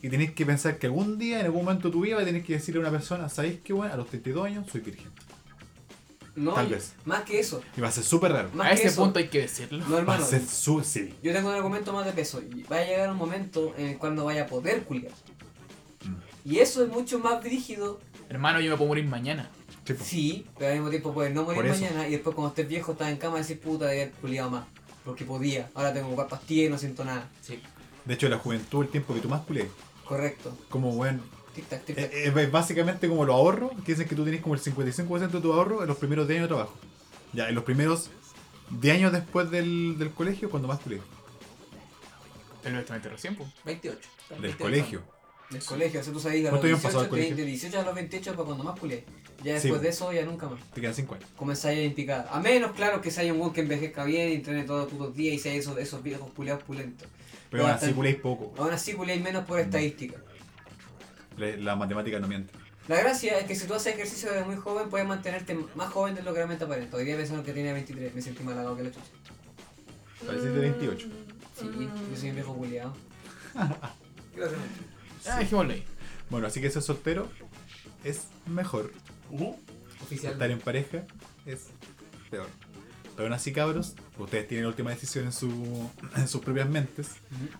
A: y tenés que pensar que algún día, en algún momento de tu vida, vas a tener que decirle a una persona, ¿sabéis qué bueno? A los 32 años soy virgen.
C: No,
A: Tal vez.
C: Más que eso.
A: Y va a ser súper raro.
C: Más
B: a
C: que
B: ese
C: eso,
B: punto hay que decirlo.
C: No,
A: Va a
C: hermano.
A: ser su... Sí.
C: Yo tengo un argumento más de peso. y Va a llegar un momento en el cual no vaya a poder culiar.
A: Mm.
C: Y eso es mucho más rígido.
B: Hermano, yo me puedo morir mañana.
A: Sí, po.
C: Sí, pero al mismo tiempo puedes no morir
A: Por eso.
C: mañana y después cuando estés viejo estás en cama y decir puta de haber culiado más. Porque podía. Ahora tengo que ocupar pastillas y no siento nada.
D: Sí.
A: De hecho, la juventud, el tiempo que tú más culiás,
C: Correcto.
A: como bueno,
C: Tic tac, tic tac.
A: es, es básicamente como los ahorros, que dicen que tú tienes como el 55% de tu ahorro en los primeros 10 años de trabajo. Ya, en los primeros 10 años después del, del colegio, cuando más culiás.
B: Es directamente recién, pues.
D: 28.
A: Del
D: 28.
A: colegio.
C: Del colegio, o sea, tú sabías a los
A: ¿Cuánto habían
C: 18,
A: pasado al
C: de,
A: colegio?
C: de 18 a los 28 para cuando más culé. Ya
A: Sí.
C: después de eso, ya nunca más.
A: Te quedan 5 años.
C: Comenzáis a ir en picada. A menos, claro, que se haya un weón que envejezca bien y entrene todos los putos días y sea esos, esos viejos culeados pulentos.
A: Pero
C: Ya,
A: aún así
C: tan-
A: culéis poco.
C: Aún así, culéis menos
A: Mm.
C: por estadística.
A: La, la matemática no miente.
C: La gracia es que si tú haces ejercicio desde muy joven, puedes mantenerte más joven de lo que realmente aparenta. Hoy día pensando que tiene 23, me sentí mal halagado que la chucha.
A: Parece de 28.
C: Sí, yo soy un viejo culeado.
D: Gracias.
B: Ah, dejémoslo ahí.
A: Bueno, así que ser soltero es mejor.
D: Oficial.
A: Estar en pareja es peor. Pero aún así, cabros, ustedes tienen la última decisión en, su, en sus propias mentes.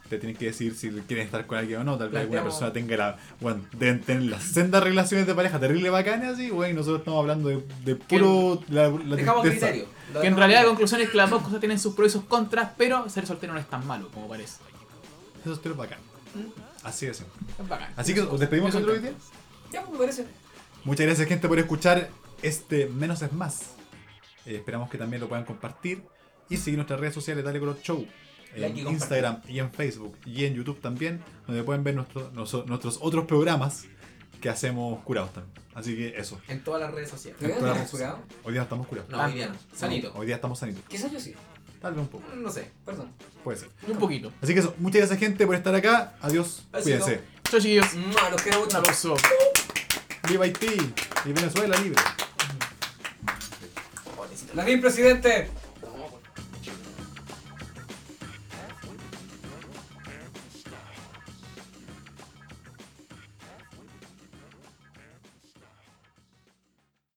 A: Ustedes tienen que decidir si quieren estar con alguien o no. Tal vez alguna
D: Planteamos-
A: persona tenga la. Bueno, deben tener las sendas relaciones de pareja terrible bacanas y, bueno, y nosotros estamos hablando de, de puro. La, la
D: Dejamos
A: tristeza.
D: criterio. Lo
B: Que en
D: dejamos
B: realidad la
D: criterio.
B: conclusión es que las dos cosas tienen sus pros y sus contras, pero ser soltero no es tan malo como parece.
A: Ser soltero es bacán. Así de simple.
B: Es bacán.
A: Así que os despedimos
B: Eso
A: otro
B: encanta.
A: video.
C: Ya, pues me parece.
A: Muchas gracias gente por escuchar este Menos es Más. Eh, esperamos que también lo puedan compartir y seguir nuestras redes sociales Dale Color Show. En
D: Like y compartir.
A: Instagram y en Facebook y en YouTube también, donde pueden ver nuestro- noso- nuestros otros programas que hacemos curados también. Así que eso.
D: En todas las redes sociales.
B: Ah,
C: ¿Lo habían
A: Claro.
C: censurado?
A: Hoy día estamos curados.
D: No, hoy día no. Sanito.
A: Hoy día estamos sanitos.
C: Quizás yo sí,
A: Tal vez un poco.
D: No sé.
C: perdón.
A: Puede ser.
B: Un poquito.
A: Así que eso. Muchas gracias gente por estar acá. Adiós.
D: Besito.
A: Cuídense.
B: Chao, chiquillos.
C: Mua, Los quiero
B: Un
C: mucho.
B: aplauso.
A: Viva Haití. Y Venezuela libre.
C: ¡Lavín, presidente!